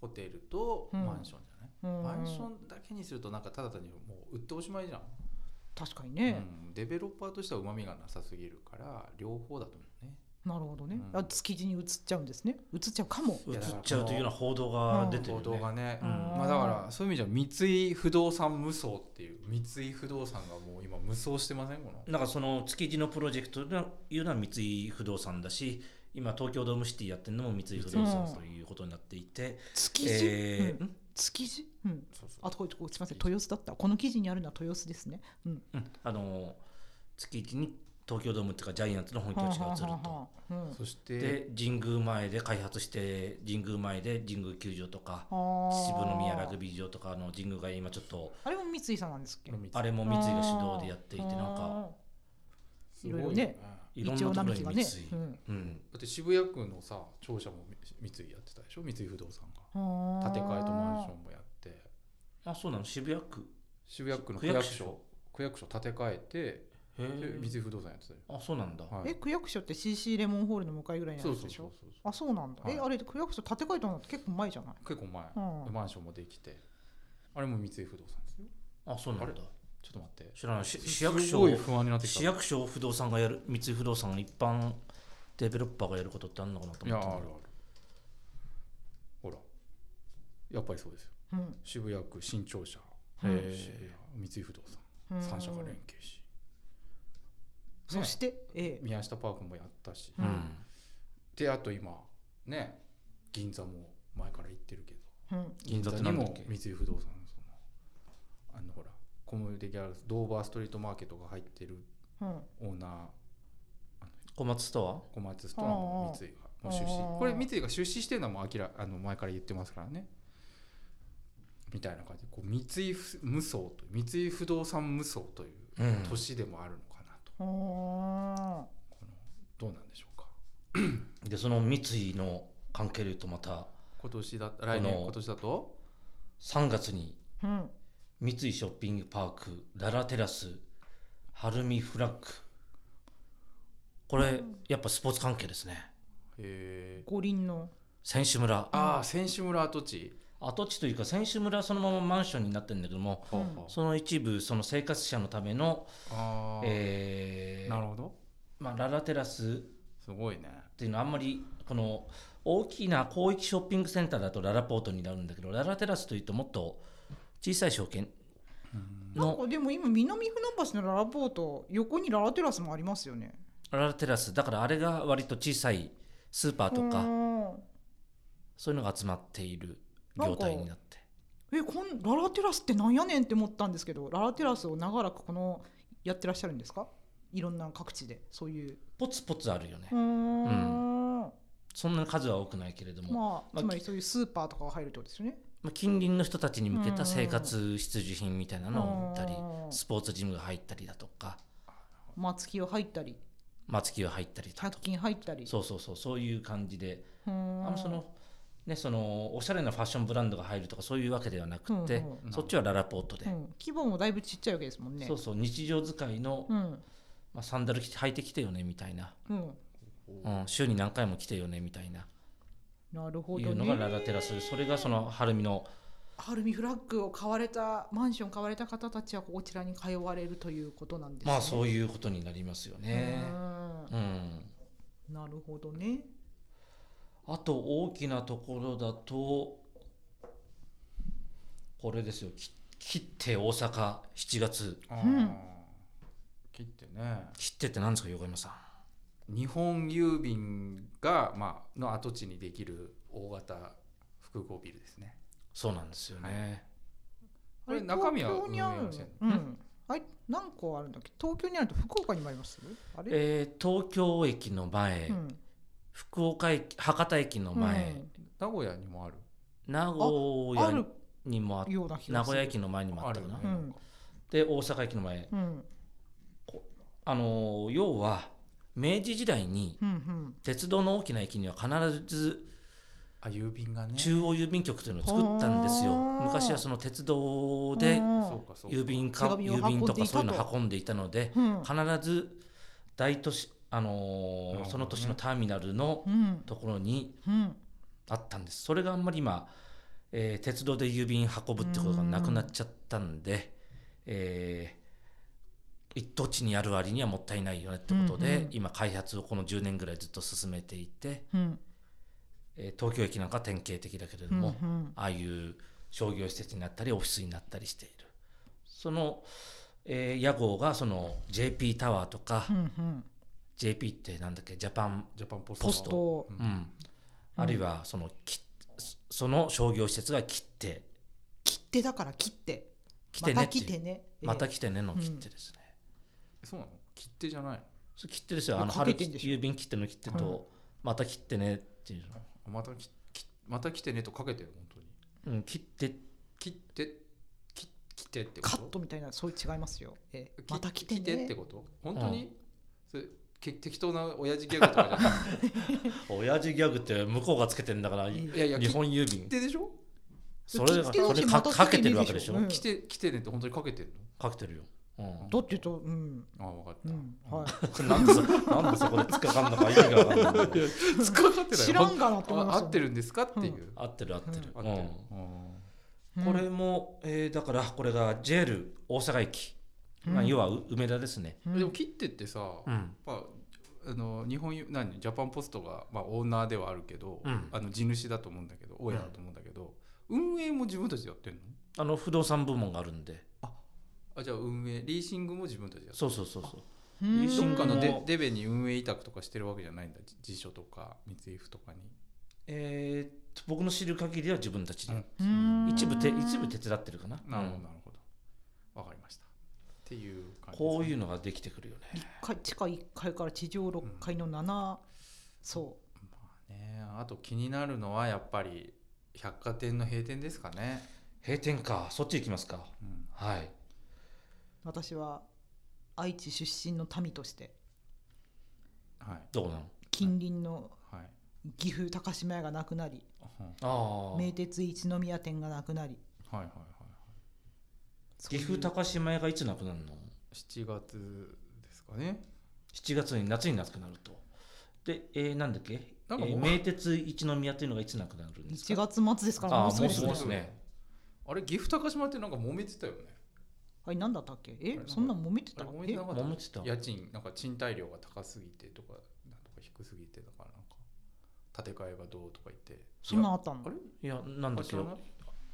Speaker 2: ホテルと
Speaker 3: うん
Speaker 2: マンションじゃない、
Speaker 3: うんうん
Speaker 2: マンションだけにするとなんかただ単にもう売っておしまいじゃん、
Speaker 3: 確かに
Speaker 2: う
Speaker 3: ね、
Speaker 2: ん、デベロッパーとしてはうまみがなさすぎるから両方だと思うね
Speaker 3: なるほどね、
Speaker 2: うん
Speaker 3: あ築地に移っちゃうんですね移っちゃうかも
Speaker 1: 移
Speaker 2: いやだから
Speaker 1: っちゃうというような報道が出てるよ
Speaker 2: 報
Speaker 1: ね、
Speaker 2: 道がね、
Speaker 1: うん
Speaker 2: まあだからそういう意味じゃ三井不動産無双っていう三井不動産がもう今無双してませんこの
Speaker 1: なんかその築地のプロジェクトというのは三井不動産だし今東京ドームシティやってるのも三井不動産ということになっていて、
Speaker 3: 築地、
Speaker 1: え
Speaker 3: うん
Speaker 1: ーん
Speaker 3: 築地、うん、
Speaker 2: そうそう
Speaker 3: あとこれこれすみません豊洲だったこの記事にあるのは豊洲ですね、うん、
Speaker 1: うんあの築地に東京ドームっていうかジャイアンツの本拠地が移ると。
Speaker 3: はあはあはあうん
Speaker 2: そして
Speaker 1: で神宮前で開発して神宮前で神宮球場とか
Speaker 3: 秩
Speaker 1: 秩父宮ラグビー場とかあの神宮が今ちょっと
Speaker 3: あれも三井さんなんですっけ
Speaker 2: の三井
Speaker 1: あれも三井が主導でやっていてなんか
Speaker 3: あ
Speaker 2: すご
Speaker 3: いろいろ
Speaker 2: よ
Speaker 3: ね
Speaker 1: いろんなところに三井、
Speaker 3: 一応並木がね
Speaker 1: うん
Speaker 2: だって渋谷区のさ庁舎も三井やってたでしょ三井不動産が
Speaker 3: ー
Speaker 2: 建て替えとマンションもやって
Speaker 1: あそうなの渋谷区
Speaker 2: 渋谷区の
Speaker 1: 区
Speaker 2: 区
Speaker 1: 役
Speaker 2: 役
Speaker 1: 所
Speaker 2: 所区役所建て替え
Speaker 1: へ
Speaker 2: てで三
Speaker 1: え
Speaker 2: 井不動産やってたよ、
Speaker 1: あそうなんだ、
Speaker 2: はい
Speaker 3: え区役所って CC レモンホールの向かいぐらいにあ
Speaker 2: そ
Speaker 3: る
Speaker 2: う
Speaker 3: やつ
Speaker 2: そう
Speaker 3: でし
Speaker 2: そう
Speaker 3: ょ
Speaker 2: そう
Speaker 3: あそうなんだえ
Speaker 2: は
Speaker 3: あれ区役所建て替えたのって結構前じゃない
Speaker 2: 結構前、
Speaker 3: うん
Speaker 2: マンションもできてあれも三井不動産ですよ
Speaker 1: あそうなんだ
Speaker 2: ちょっと待って
Speaker 1: 知らないし市
Speaker 2: す
Speaker 1: 役
Speaker 2: すご
Speaker 1: 所
Speaker 2: い不安になってきた
Speaker 1: 市役所不動産がやる三井不動産の一般デベロッパーがやることってあるのかなと
Speaker 2: い
Speaker 1: 思
Speaker 2: や
Speaker 1: っ
Speaker 2: あ
Speaker 1: て
Speaker 2: る
Speaker 1: た
Speaker 2: あるほらやっぱりそうですよ
Speaker 3: うん
Speaker 2: 渋谷区新庁舎
Speaker 3: うん
Speaker 2: 渋谷三井不動
Speaker 3: うん
Speaker 2: 産三社が連携し、
Speaker 3: そして、ええ
Speaker 2: 宮下パークもやったし、
Speaker 3: うん
Speaker 2: であと今ね銀座も前から行ってるけど
Speaker 3: うん
Speaker 1: 銀座って
Speaker 2: に
Speaker 1: なんだっ
Speaker 2: も
Speaker 1: け
Speaker 2: 三井不動産のそのあのほらコムデギャルズドーバーストリートマーケットが入ってる
Speaker 3: うん
Speaker 2: オーナー
Speaker 1: 小松スト
Speaker 2: 小松ストアも三井がもう出
Speaker 3: ああ
Speaker 2: 資これ三井が出資してるのはもう明らあの前から言ってますからねみたいな感じでこう三井ふ無双という三井不動産無双という
Speaker 1: ア、うん
Speaker 2: 年でもあるのかなと、
Speaker 3: ほ
Speaker 2: どうなんでしょうか
Speaker 1: でその三井の関係でいうとまた
Speaker 2: 今年だ来年
Speaker 1: この
Speaker 2: 今年だと
Speaker 1: 3月に
Speaker 3: ーうん
Speaker 1: 三井ショッピングパークララテラス晴海フラッグこれ、
Speaker 3: うん
Speaker 1: やっぱスポーツ関係ですね
Speaker 2: えー
Speaker 3: 五輪の
Speaker 1: 選手村
Speaker 2: ああ選手村跡地
Speaker 1: 跡地というか選手村はそのままマンションになってるんだけども
Speaker 3: うん
Speaker 2: ほうほう
Speaker 1: その一部その生活者のための、
Speaker 2: あー
Speaker 1: えー
Speaker 2: なるほど
Speaker 1: まあ、ララテラス
Speaker 2: すごいね
Speaker 1: っていうのはあんまりこの大きな広域ショッピングセンターだとララポートになるんだけどララテラスというともっと小さい証券
Speaker 3: なん
Speaker 1: の
Speaker 3: かでも今南船橋のララポート横にララテラスもありますよね
Speaker 1: ララテラスだからあれが割と小さいスーパーと
Speaker 3: う
Speaker 1: か
Speaker 3: ん
Speaker 1: そういうのが集まっている業態になって
Speaker 3: えこんララテラスってなんやねんって思ったんですけどララテラスを長らくこのやってらっしゃるんですかいろんな各地でそういう
Speaker 1: ポツポツあるよね
Speaker 3: うん
Speaker 1: そんなに数は多くないけれども
Speaker 3: まあつまりそういうスーパーとかが入るってことですよね
Speaker 1: まあ近隣の人たちに向けた生活必需品みたいなのを売ったり
Speaker 3: うん
Speaker 1: スポーツジムが入ったりだとか
Speaker 3: 松木を入ったり
Speaker 1: 松木が入ったりだとか
Speaker 3: 100均入ったり
Speaker 1: そうそうそうそういう感じで
Speaker 3: う
Speaker 1: あのそのね、そのおしゃれなファッションブランドが入るとかそういうわけではなくて、
Speaker 3: うん
Speaker 2: うん
Speaker 1: そっちはララポートで、
Speaker 3: うん規模もだいぶちっちゃいわけですもんね
Speaker 1: そうそう日常使いの、
Speaker 3: うん
Speaker 1: まあ、サンダル着て履いてきてよねみたいな、
Speaker 3: うん
Speaker 1: うん、週に何回も来てよねみたいな
Speaker 3: なるほ
Speaker 1: い
Speaker 3: ど
Speaker 1: うのがラ
Speaker 3: ね
Speaker 1: ラテラスでそれがその晴海の
Speaker 3: アルミフラッグを買われたマンション買われた方たちはこちらに通われるということなんですね
Speaker 1: まあそうういうことになりますよね。
Speaker 3: ん
Speaker 1: うん、
Speaker 3: なるほどね
Speaker 1: あと大きなところだとこれですよき切手大阪7月
Speaker 2: あー
Speaker 3: うん
Speaker 2: 切ってね
Speaker 1: 切手って何ですか横山さん。
Speaker 2: 日本郵便が、まあの跡地にできる大型複合ビルですね
Speaker 1: そうなんですよね。
Speaker 2: これ
Speaker 3: あ
Speaker 2: 中身は
Speaker 3: 東京にある
Speaker 2: 運営
Speaker 3: の
Speaker 2: はしてんの
Speaker 3: うんあれ何個あるんだっけ東京にあると福岡にもありますあれ
Speaker 1: えー東京駅の前、
Speaker 3: うん
Speaker 1: 福岡駅博多駅の前、
Speaker 2: 名古屋にもある
Speaker 1: 名
Speaker 3: う
Speaker 1: 古
Speaker 3: んあ
Speaker 1: 屋
Speaker 3: る
Speaker 1: にもあっ
Speaker 3: ような気が
Speaker 1: 名
Speaker 3: す
Speaker 1: 古
Speaker 3: る
Speaker 1: 屋駅の前にもあ
Speaker 2: あ
Speaker 1: った
Speaker 2: る
Speaker 1: か
Speaker 2: よ
Speaker 1: な、
Speaker 2: ね
Speaker 3: うん
Speaker 2: なんか
Speaker 1: で大阪駅の前
Speaker 3: うん
Speaker 1: あのー要は明治時代に
Speaker 3: うんうん
Speaker 1: 鉄道の大きな駅には必ず
Speaker 2: あ郵便がね
Speaker 1: 中央郵便局というのを作ったんですよ、
Speaker 3: ほう
Speaker 1: 昔はその鉄道で
Speaker 2: そうかそうか
Speaker 1: 郵便か
Speaker 3: 手紙を運ん
Speaker 1: 郵
Speaker 3: でいた
Speaker 1: 便
Speaker 3: と
Speaker 1: とかそういうのを運んでいたので
Speaker 3: うん
Speaker 1: 必ず大都市、あのー
Speaker 2: なるほどね
Speaker 1: その年のターミナルの
Speaker 3: うん
Speaker 1: ところに
Speaker 3: うん
Speaker 1: あったんですそれがあんまり今、えー鉄道で郵便運ぶってことがなくなっちゃったんで、えー一等地にある割にはもったいないよねってことで、
Speaker 3: うんうん
Speaker 1: 今開発をこの10年ぐらいずっと進めていて、
Speaker 3: うん
Speaker 1: えー東京駅なんかは典型的だけれど
Speaker 3: うん
Speaker 1: も、
Speaker 3: うん
Speaker 1: ああいう商業施設になったりオフィスになったりしているその、えー屋号がその JP タワーとか、
Speaker 3: うんうん
Speaker 1: JP ってなんだっけジャパン
Speaker 2: ジャパンポスト
Speaker 1: ポスト
Speaker 3: と
Speaker 2: うん
Speaker 1: うん、あるいはそのきその商業施設が切って
Speaker 3: 切手だから切って
Speaker 1: 来
Speaker 3: ま
Speaker 1: てね
Speaker 3: た
Speaker 1: ってい
Speaker 3: 切
Speaker 1: う
Speaker 3: 手ね
Speaker 1: また
Speaker 3: ええ
Speaker 1: 来てねの切手ですね、
Speaker 2: そうなの切手じゃない
Speaker 1: それ切手ですよあの
Speaker 3: かけ
Speaker 1: 春
Speaker 3: て
Speaker 1: 切
Speaker 3: んでしょ
Speaker 1: 郵便切手の切手とまた切ってねっていう
Speaker 2: のまたききまた来てねとかけてる本当に
Speaker 1: の、うん、切手
Speaker 2: 切ってき切手ってこ
Speaker 3: カ
Speaker 2: と
Speaker 3: ットみたいなそういう違いますよええ
Speaker 2: き
Speaker 3: また来て
Speaker 2: 切手っ
Speaker 3: ね
Speaker 2: てこと本当にそれけ適当な親父ギャグとかじゃな
Speaker 1: 親父ギャグって向こうがつけてんだから
Speaker 3: ええ
Speaker 2: いいやいや
Speaker 1: 日
Speaker 2: 切
Speaker 1: 本郵便
Speaker 2: 手でしょ
Speaker 1: それ
Speaker 3: 切
Speaker 1: が
Speaker 3: 手の
Speaker 1: そうれ
Speaker 3: ち
Speaker 1: か
Speaker 3: また
Speaker 1: か
Speaker 3: 来て
Speaker 1: け
Speaker 3: ね
Speaker 1: てるわけでしょ、
Speaker 3: うん
Speaker 2: 来て来てねって本当にかけてる
Speaker 1: かけてるよ、うん
Speaker 3: だってとうん
Speaker 2: のあ分かった
Speaker 3: うん
Speaker 2: (laughs)
Speaker 3: は
Speaker 1: (laughs)
Speaker 3: い
Speaker 1: なんでそなんでそこでつっかかんのか意味が分かんないんだよ
Speaker 2: つかかってない
Speaker 3: 知らんがなと思いま
Speaker 2: あ合
Speaker 3: した
Speaker 2: ってるんですかっていう、
Speaker 1: 合ってる合ってる、
Speaker 2: 合
Speaker 1: う
Speaker 2: ってる
Speaker 1: ん
Speaker 2: うん
Speaker 3: うん
Speaker 1: これも、えーだからこれが JR 大阪駅まあ、要はう梅田ですね。
Speaker 3: うん
Speaker 2: でも切ってってさ、
Speaker 4: う
Speaker 2: やっ
Speaker 4: ん
Speaker 2: ぱあの日本郵何ジャパンポストが、まあ、オーナーではあるけど、
Speaker 4: うん
Speaker 2: あの地主だと思うんだけど大家だと思うんだけど、運営も自分たちでやってんの
Speaker 1: あの不動産部門があるんで、
Speaker 2: あじゃあ運営リーシングも自分たちでやって
Speaker 1: そうそうそうそう。
Speaker 3: うん
Speaker 1: 一
Speaker 2: ど
Speaker 1: 瞬
Speaker 2: っかの
Speaker 1: で
Speaker 2: デデベに運営委託とかしてるわけじゃないんだじ辞書とか三井府とかに、
Speaker 1: えー、と僕の知る限りでは自分たちで、
Speaker 3: うん
Speaker 1: 一部て一部手伝ってるかな。
Speaker 2: なるほど
Speaker 1: うん
Speaker 2: なるほどわかりましたっていう感じですね
Speaker 1: こういうのができてくるよね。
Speaker 3: か地下1階から地上6階の7、そ
Speaker 2: まあねあと気になるのはやっぱり百貨店の閉店ですかね、
Speaker 1: 閉店か、そっち行きますか。
Speaker 2: うん
Speaker 1: はい。
Speaker 3: う私は愛知出身の民として
Speaker 2: はい
Speaker 1: どうなの
Speaker 3: 近隣の
Speaker 2: はい
Speaker 3: 岐阜高島屋がなくなり
Speaker 2: うん
Speaker 1: あ
Speaker 3: 名
Speaker 1: あ。
Speaker 3: 鉄一宮店がなくなり
Speaker 2: はいはいはい
Speaker 1: 岐阜高島屋がいつなくなるの
Speaker 2: 7月ですかね
Speaker 1: ?7 月に夏になくなると。で、えー、なんだっけ
Speaker 2: なんか
Speaker 1: え
Speaker 2: もう
Speaker 1: ー名鉄一宮というのがいつなくなるんですか
Speaker 3: 1月末ですから
Speaker 1: あ
Speaker 3: もう
Speaker 1: あ
Speaker 3: す
Speaker 1: も
Speaker 3: ぐ
Speaker 1: う
Speaker 3: ですす
Speaker 1: ぐ
Speaker 3: ね
Speaker 1: ですね。
Speaker 2: あれ岐阜高島ってなんか揉めてたよね
Speaker 3: はい何だったっけえ
Speaker 2: あれ
Speaker 3: そんなん揉めて
Speaker 2: あ
Speaker 3: た
Speaker 2: れ揉めて
Speaker 3: え
Speaker 2: なかった
Speaker 1: もめてた。
Speaker 2: 家賃なんか賃貸料が高すぎてとかなんとか低すぎてとかなんか建て替えがどうとか言って
Speaker 3: そんなん
Speaker 2: い
Speaker 3: あったの
Speaker 2: やあれ
Speaker 1: いや、なんだっ
Speaker 2: あ知
Speaker 1: け
Speaker 2: ら
Speaker 1: よ
Speaker 2: ない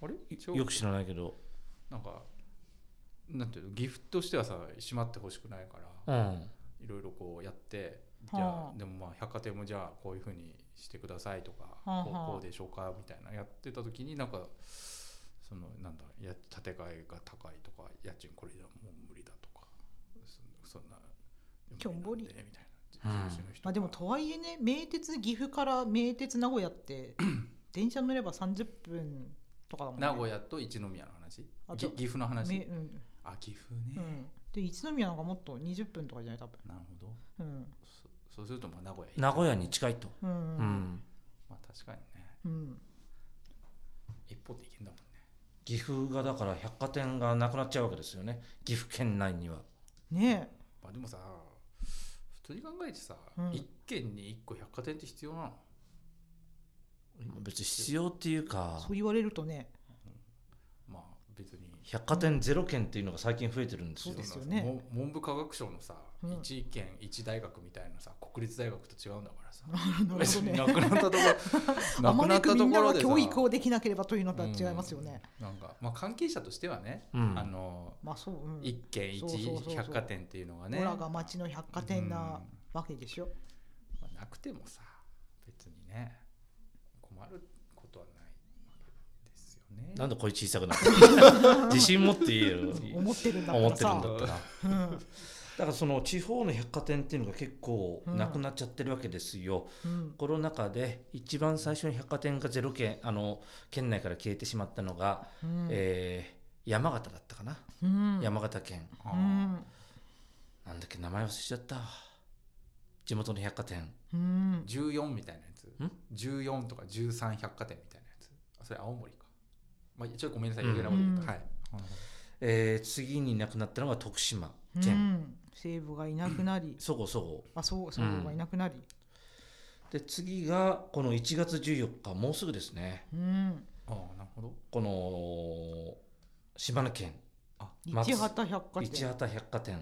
Speaker 2: あれ違う
Speaker 1: よく知らないけど。
Speaker 2: なんかなんていうの岐阜としてはさ閉まってほしくないから
Speaker 1: うん。
Speaker 2: いろいろこうやってじ
Speaker 3: はあ
Speaker 2: ゃあでもまあ百貨店もじゃあこういうふうにしてくださいとか
Speaker 3: はあ
Speaker 2: こう
Speaker 3: はあ
Speaker 2: こうでしょうかみたいなやってた時になんかそのなんだや建て替えが高いとか家賃これじゃもう無理だとかそそんな
Speaker 3: きょんぼり
Speaker 2: 無理なんでみたいな
Speaker 1: うん
Speaker 2: 地主の人
Speaker 3: まあでもとはいえね名鉄岐阜から名鉄名古屋って
Speaker 2: (clears throat)
Speaker 3: 電車乗れば30分とかだもんね
Speaker 2: 名古屋と一宮の話
Speaker 3: あ
Speaker 2: ぎ
Speaker 3: と
Speaker 2: 岐阜の話
Speaker 3: めうん
Speaker 2: あ岐阜
Speaker 3: う
Speaker 2: ね
Speaker 3: んで一宮なんかもっと20分とかじゃない多分
Speaker 2: なるほど
Speaker 3: うん
Speaker 2: そそうするとまあ名古屋行く
Speaker 1: 名古屋に近いと。
Speaker 3: うん
Speaker 1: うん。
Speaker 2: まあ確かにね
Speaker 3: うん
Speaker 2: 一歩で行けんだもんね
Speaker 1: 岐阜がだから百貨店がなくなっちゃうわけですよね。岐阜県内には。
Speaker 3: ねえ
Speaker 2: まあでもさ普通に考えてさ
Speaker 3: うん
Speaker 2: 一軒に一個百貨店って必要なの
Speaker 1: 別に必要っていうか、
Speaker 3: そう言われるとね
Speaker 2: まあ別に
Speaker 1: 百貨店ゼロ件っていうのが最近増えてるんです
Speaker 3: そう
Speaker 1: よ
Speaker 3: で。すよね
Speaker 2: も文部科学省のさ
Speaker 3: うん
Speaker 2: 一県一大学みたいなさ国立大学と違うんだからさ
Speaker 3: (laughs) なる
Speaker 2: 別
Speaker 3: ほど
Speaker 2: に
Speaker 3: ね
Speaker 2: なくなったところ
Speaker 3: (laughs) あ
Speaker 2: な
Speaker 3: ま
Speaker 2: く
Speaker 3: り
Speaker 2: なっ
Speaker 3: よく
Speaker 2: た
Speaker 3: み
Speaker 2: と
Speaker 3: ん
Speaker 2: こ
Speaker 3: な
Speaker 2: ろ
Speaker 3: は
Speaker 2: でさ
Speaker 3: 教育をできなければというのとは違いますよね、
Speaker 2: うんなんかまあ関係者としてはね
Speaker 1: うん
Speaker 2: あの
Speaker 3: まあそう、うん、
Speaker 2: 一軒
Speaker 3: そうそうそうそ
Speaker 2: 一
Speaker 3: う
Speaker 2: 百貨店っていうのがね
Speaker 3: オラが町の百貨店な
Speaker 2: うん
Speaker 3: わけでしょ、
Speaker 2: まあなくてもさ別にね困ることはないわけですよね
Speaker 1: なんで声小さくなったの
Speaker 3: (laughs)
Speaker 1: 自信持って言えよ。
Speaker 3: 思ってるんだか
Speaker 1: 思っ
Speaker 3: ら
Speaker 1: てる
Speaker 3: さ
Speaker 1: んだったら。
Speaker 3: うん
Speaker 1: だからその地方の百貨店っていうのが結構なくなっちゃってるわけですよ、
Speaker 3: うん
Speaker 1: コロナ禍で一番最初に百貨店がゼロ県あの県内から消えてしまったのが、
Speaker 3: うん
Speaker 1: えー山形だったかな、
Speaker 3: うん
Speaker 1: 山形県
Speaker 2: あ
Speaker 3: う
Speaker 2: ー
Speaker 3: ん
Speaker 1: なんだっけ名前忘れちゃった地元の百貨店
Speaker 3: うん
Speaker 2: 14みたいなやつ
Speaker 1: ん
Speaker 2: 14とか13百貨店みたいなやつあそれ青森か、まあ、ちょっとごめんなさい
Speaker 1: うん
Speaker 2: 余計なこと言っ
Speaker 3: うん
Speaker 2: た、はい
Speaker 1: えー次になくなったのが徳島
Speaker 3: う
Speaker 1: 県、
Speaker 3: ん西武がいなくなり、
Speaker 1: そごそご
Speaker 3: あそう西武がいなくなり、
Speaker 1: で次がこの1月14日もうすぐですね
Speaker 3: うん、
Speaker 2: ああなるほど
Speaker 1: この島根県松
Speaker 3: 一畑百貨
Speaker 1: 市
Speaker 3: 店
Speaker 1: 畑百貨店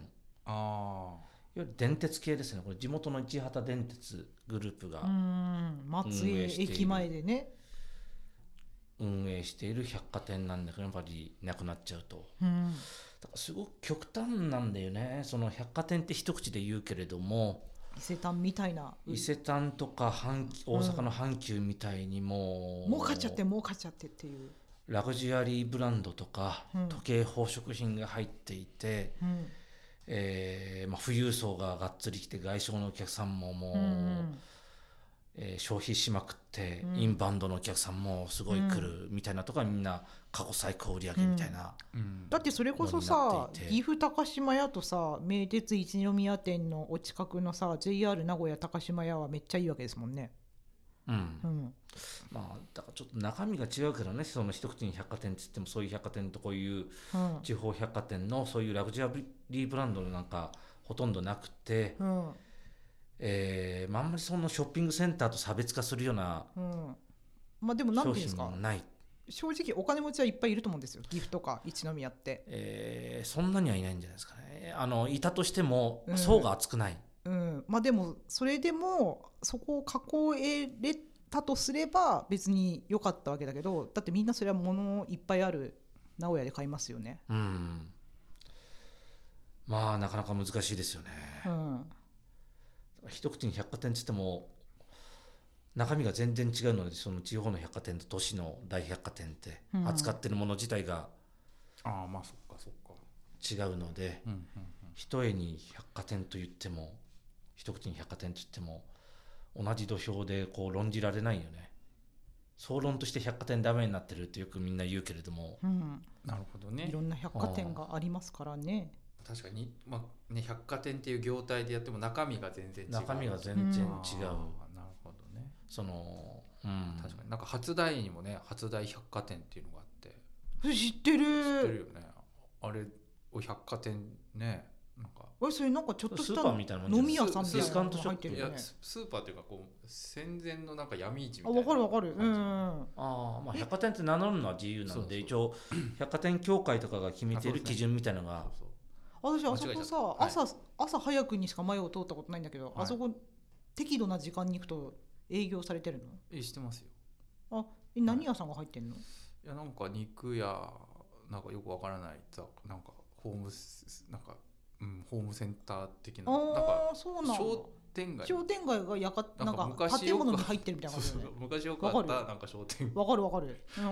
Speaker 2: あ
Speaker 1: いわゆる電鉄系ですね、これ地元の市畑電鉄グループ
Speaker 3: う
Speaker 1: が
Speaker 3: ん松
Speaker 1: 運
Speaker 3: 江
Speaker 1: 営している
Speaker 3: 駅前でね、
Speaker 1: 運営している百貨店なんだけど、やっぱりなくなっちゃうと。
Speaker 3: うん、
Speaker 1: だからすごく極端なんだよね、その百貨店って一口で言うけれども、
Speaker 3: 伊勢丹みたいな
Speaker 1: 伊勢丹とか阪急
Speaker 3: うん
Speaker 1: 大阪の阪急みたいにもう、
Speaker 3: 儲かっちゃって儲かっちゃってっていう、
Speaker 1: ラグジュアリーブランドとか、
Speaker 3: うん
Speaker 1: 時計、宝飾品が入っていて、
Speaker 3: うん
Speaker 1: えーまあ、富裕層ががっつり来て、外商のお客さんももう、
Speaker 3: うん
Speaker 1: えー消費しまくって、
Speaker 3: うん
Speaker 1: インバウンドのお客さんもすごい来るみたいなとか、みんな過去最高売り上げみたいな、
Speaker 2: あうん
Speaker 3: だってそれこそ
Speaker 1: ようになっ
Speaker 3: さ
Speaker 1: ていて
Speaker 3: 岐阜高島屋とさ名鉄一宮店のお近くのさ JR 名古屋高島屋はめっちゃいいわけですもんね。
Speaker 1: うん
Speaker 3: うん、
Speaker 1: まあだからちょっと中身が違うからねその一口に百貨店っつってもそういう百貨店とこういう
Speaker 3: うん
Speaker 1: 地方百貨店のそういうラグジュアリーブランドなんかほとんどなくて、
Speaker 3: うん
Speaker 1: えーまあ、あんまりそのショッピングセンターと差別化するような
Speaker 3: うんまあでもなんて
Speaker 1: 商
Speaker 3: いうんで
Speaker 1: 品
Speaker 3: すか
Speaker 1: もない、
Speaker 3: 正直お金持ちはいっぱいいると思うんですよ岐阜とか一宮って
Speaker 1: えーそんなにはいないんじゃないですかねあのいたとしても
Speaker 3: うん
Speaker 1: 層が厚くない、
Speaker 3: うん、まあでもそれでもそこを囲えれたとすれば別に良かったわけだけどだってみんなそれは物いっぱいある名古屋で買いますよね。
Speaker 1: うん、まあなかなか難しいですよね、
Speaker 3: うん、
Speaker 1: 一口に百貨店っつっても中身が全然違うのでその地方の百貨店と都市の大百貨店って
Speaker 3: うん
Speaker 1: 扱ってるもの自体が
Speaker 2: ああまあそっかそっか
Speaker 1: 違うので、
Speaker 2: うんうん
Speaker 1: 一重に百貨店と言っても一口に百貨店と言っても同じ土俵でこう論じられないよね総論として百貨店ダメになってるってよくみんな言うけれども
Speaker 3: うん、
Speaker 2: うんなるほどね
Speaker 3: いろんな百貨店がありますからね。
Speaker 2: 確かに、まあね、百貨店っていう業態でやっても中身が全然違う
Speaker 1: 中身が全然違う、
Speaker 2: あーなるほどね
Speaker 1: そのうん
Speaker 2: 確かになんか初台にもね初台百貨店っていうのがあって
Speaker 3: え知ってる
Speaker 2: 知ってるよねあれを百貨店ねなんか
Speaker 3: えそれなんかちょっと
Speaker 1: ス
Speaker 3: し
Speaker 1: ー
Speaker 3: た
Speaker 1: パーみたいなもん
Speaker 3: 飲み
Speaker 1: じゃ
Speaker 3: 屋
Speaker 1: ない
Speaker 3: さんみたい
Speaker 1: ディスカ
Speaker 3: な
Speaker 1: ウン
Speaker 3: の
Speaker 1: ト
Speaker 3: が
Speaker 1: ショ
Speaker 3: 入
Speaker 1: ッ
Speaker 3: って
Speaker 1: プ
Speaker 3: る
Speaker 2: い
Speaker 3: よ
Speaker 2: や
Speaker 3: ね。
Speaker 2: ススーパーというかこう戦前のなんか闇市みた
Speaker 3: あ
Speaker 2: いな
Speaker 3: わかるわかる。う
Speaker 2: 感じ
Speaker 3: ん。
Speaker 1: ああまあ百貨店って名乗るのは自由なので
Speaker 2: そう
Speaker 1: 一応百貨店協会とかが決めてい
Speaker 2: あそう
Speaker 1: る
Speaker 2: ですね
Speaker 1: 基準みたいなのが
Speaker 2: そう
Speaker 3: 私
Speaker 2: 間違
Speaker 3: あそ
Speaker 2: えちゃ
Speaker 3: こ
Speaker 2: った
Speaker 3: さ、
Speaker 2: はい
Speaker 3: 朝朝早くにしか前を通ったことないんだけど、
Speaker 2: はい
Speaker 3: あそこ適度な時間に行くと営業されてるの
Speaker 2: そうえしてますよ
Speaker 3: あえ何屋さんが入ってんの、
Speaker 2: いやなんか肉やなんかよくわからないざなんかホームスなんか、うん、ホームセンター的ななん
Speaker 3: あ
Speaker 2: か
Speaker 3: あそうなんだ
Speaker 2: 商店街
Speaker 3: 商店街がやか
Speaker 2: な
Speaker 3: なんん
Speaker 2: か
Speaker 3: か
Speaker 2: 昔よ
Speaker 3: 建
Speaker 2: く
Speaker 3: 物に入ってるみたいな
Speaker 2: そう
Speaker 3: 感じ
Speaker 2: そう
Speaker 3: だよ
Speaker 2: (laughs) そう
Speaker 3: ね
Speaker 2: 昔よくあっ
Speaker 3: わか
Speaker 2: た
Speaker 3: る
Speaker 2: なんか商店
Speaker 3: わかるわかるうんな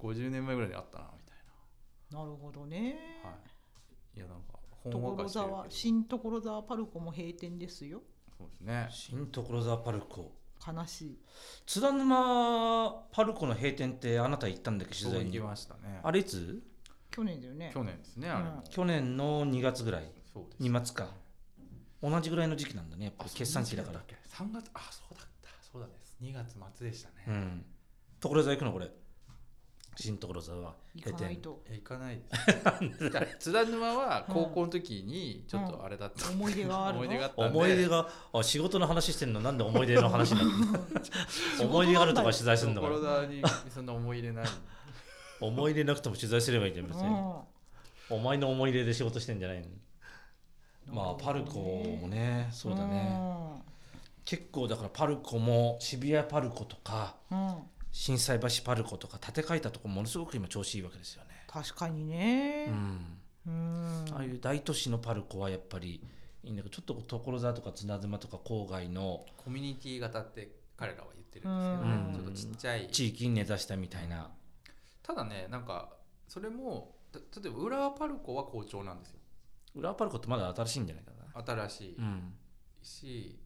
Speaker 2: 50年前ぐらいにあったなみたい
Speaker 3: るほどね、
Speaker 2: な、はい、いやなんかほんわか
Speaker 3: 所
Speaker 2: してる
Speaker 3: 沢
Speaker 2: けど
Speaker 3: 新所沢パルコも閉店ですよ
Speaker 2: そうですね
Speaker 1: 新所沢パルコ
Speaker 3: 悲しい
Speaker 1: 津田沼パルコの閉店ってあなた行ったんだっけ取
Speaker 2: 取材
Speaker 1: 材
Speaker 2: に
Speaker 1: に
Speaker 2: 行きましたね
Speaker 1: あれいつ
Speaker 3: 去年だよね
Speaker 2: 去年ですねあれも、
Speaker 3: うん
Speaker 1: 去年の2月ぐらい
Speaker 2: そうです
Speaker 1: 2月か同じぐらいの時期なんだねやっぱり決算期だから
Speaker 2: 3月あそうだったそうだです2月末でしたね、
Speaker 1: うん所沢行くのこれ新所沢
Speaker 3: 行
Speaker 1: 閉
Speaker 3: かない
Speaker 1: 店
Speaker 3: と
Speaker 2: え行かないですだから津田沼は高校の時にちょっとあれだった、
Speaker 3: 思い出があるの
Speaker 2: 思い出があったんで
Speaker 1: 思い出があ仕事の話してんのなんで思い出の話なの (laughs) 思い出があるとか取材するんだから
Speaker 2: 所沢にそんな思い入れない
Speaker 1: 思い出なくても取材すればいいんだよ別
Speaker 3: う
Speaker 1: に
Speaker 3: ん
Speaker 1: お前の思い出で仕事してんじゃないのまあ
Speaker 3: な
Speaker 1: パル
Speaker 3: るほどね
Speaker 1: コもねそうだね
Speaker 3: ね
Speaker 1: 結構だからパルコも渋谷パルコとか
Speaker 3: うん、うん
Speaker 1: 心斎橋パルコとか建て替えたとこものすごく今調子いいわけですよね、
Speaker 3: 確かに
Speaker 1: う
Speaker 3: ね
Speaker 1: ん、
Speaker 3: うん
Speaker 1: ああいう大都市のパルコはやっぱりいいんだけどちょっと所沢とか綱妻とか郊外の
Speaker 2: コミュニティ型って彼らは言ってるんですけど、
Speaker 1: うん
Speaker 2: ちょっとちっちゃい
Speaker 1: 地域に根ざしたみたいな
Speaker 2: ただねなんかそれもた例えば浦和パルコは好調なんですよ
Speaker 1: 浦和パルコってまだ新しいんじゃないか
Speaker 2: 新しい
Speaker 1: な、うん、
Speaker 2: し、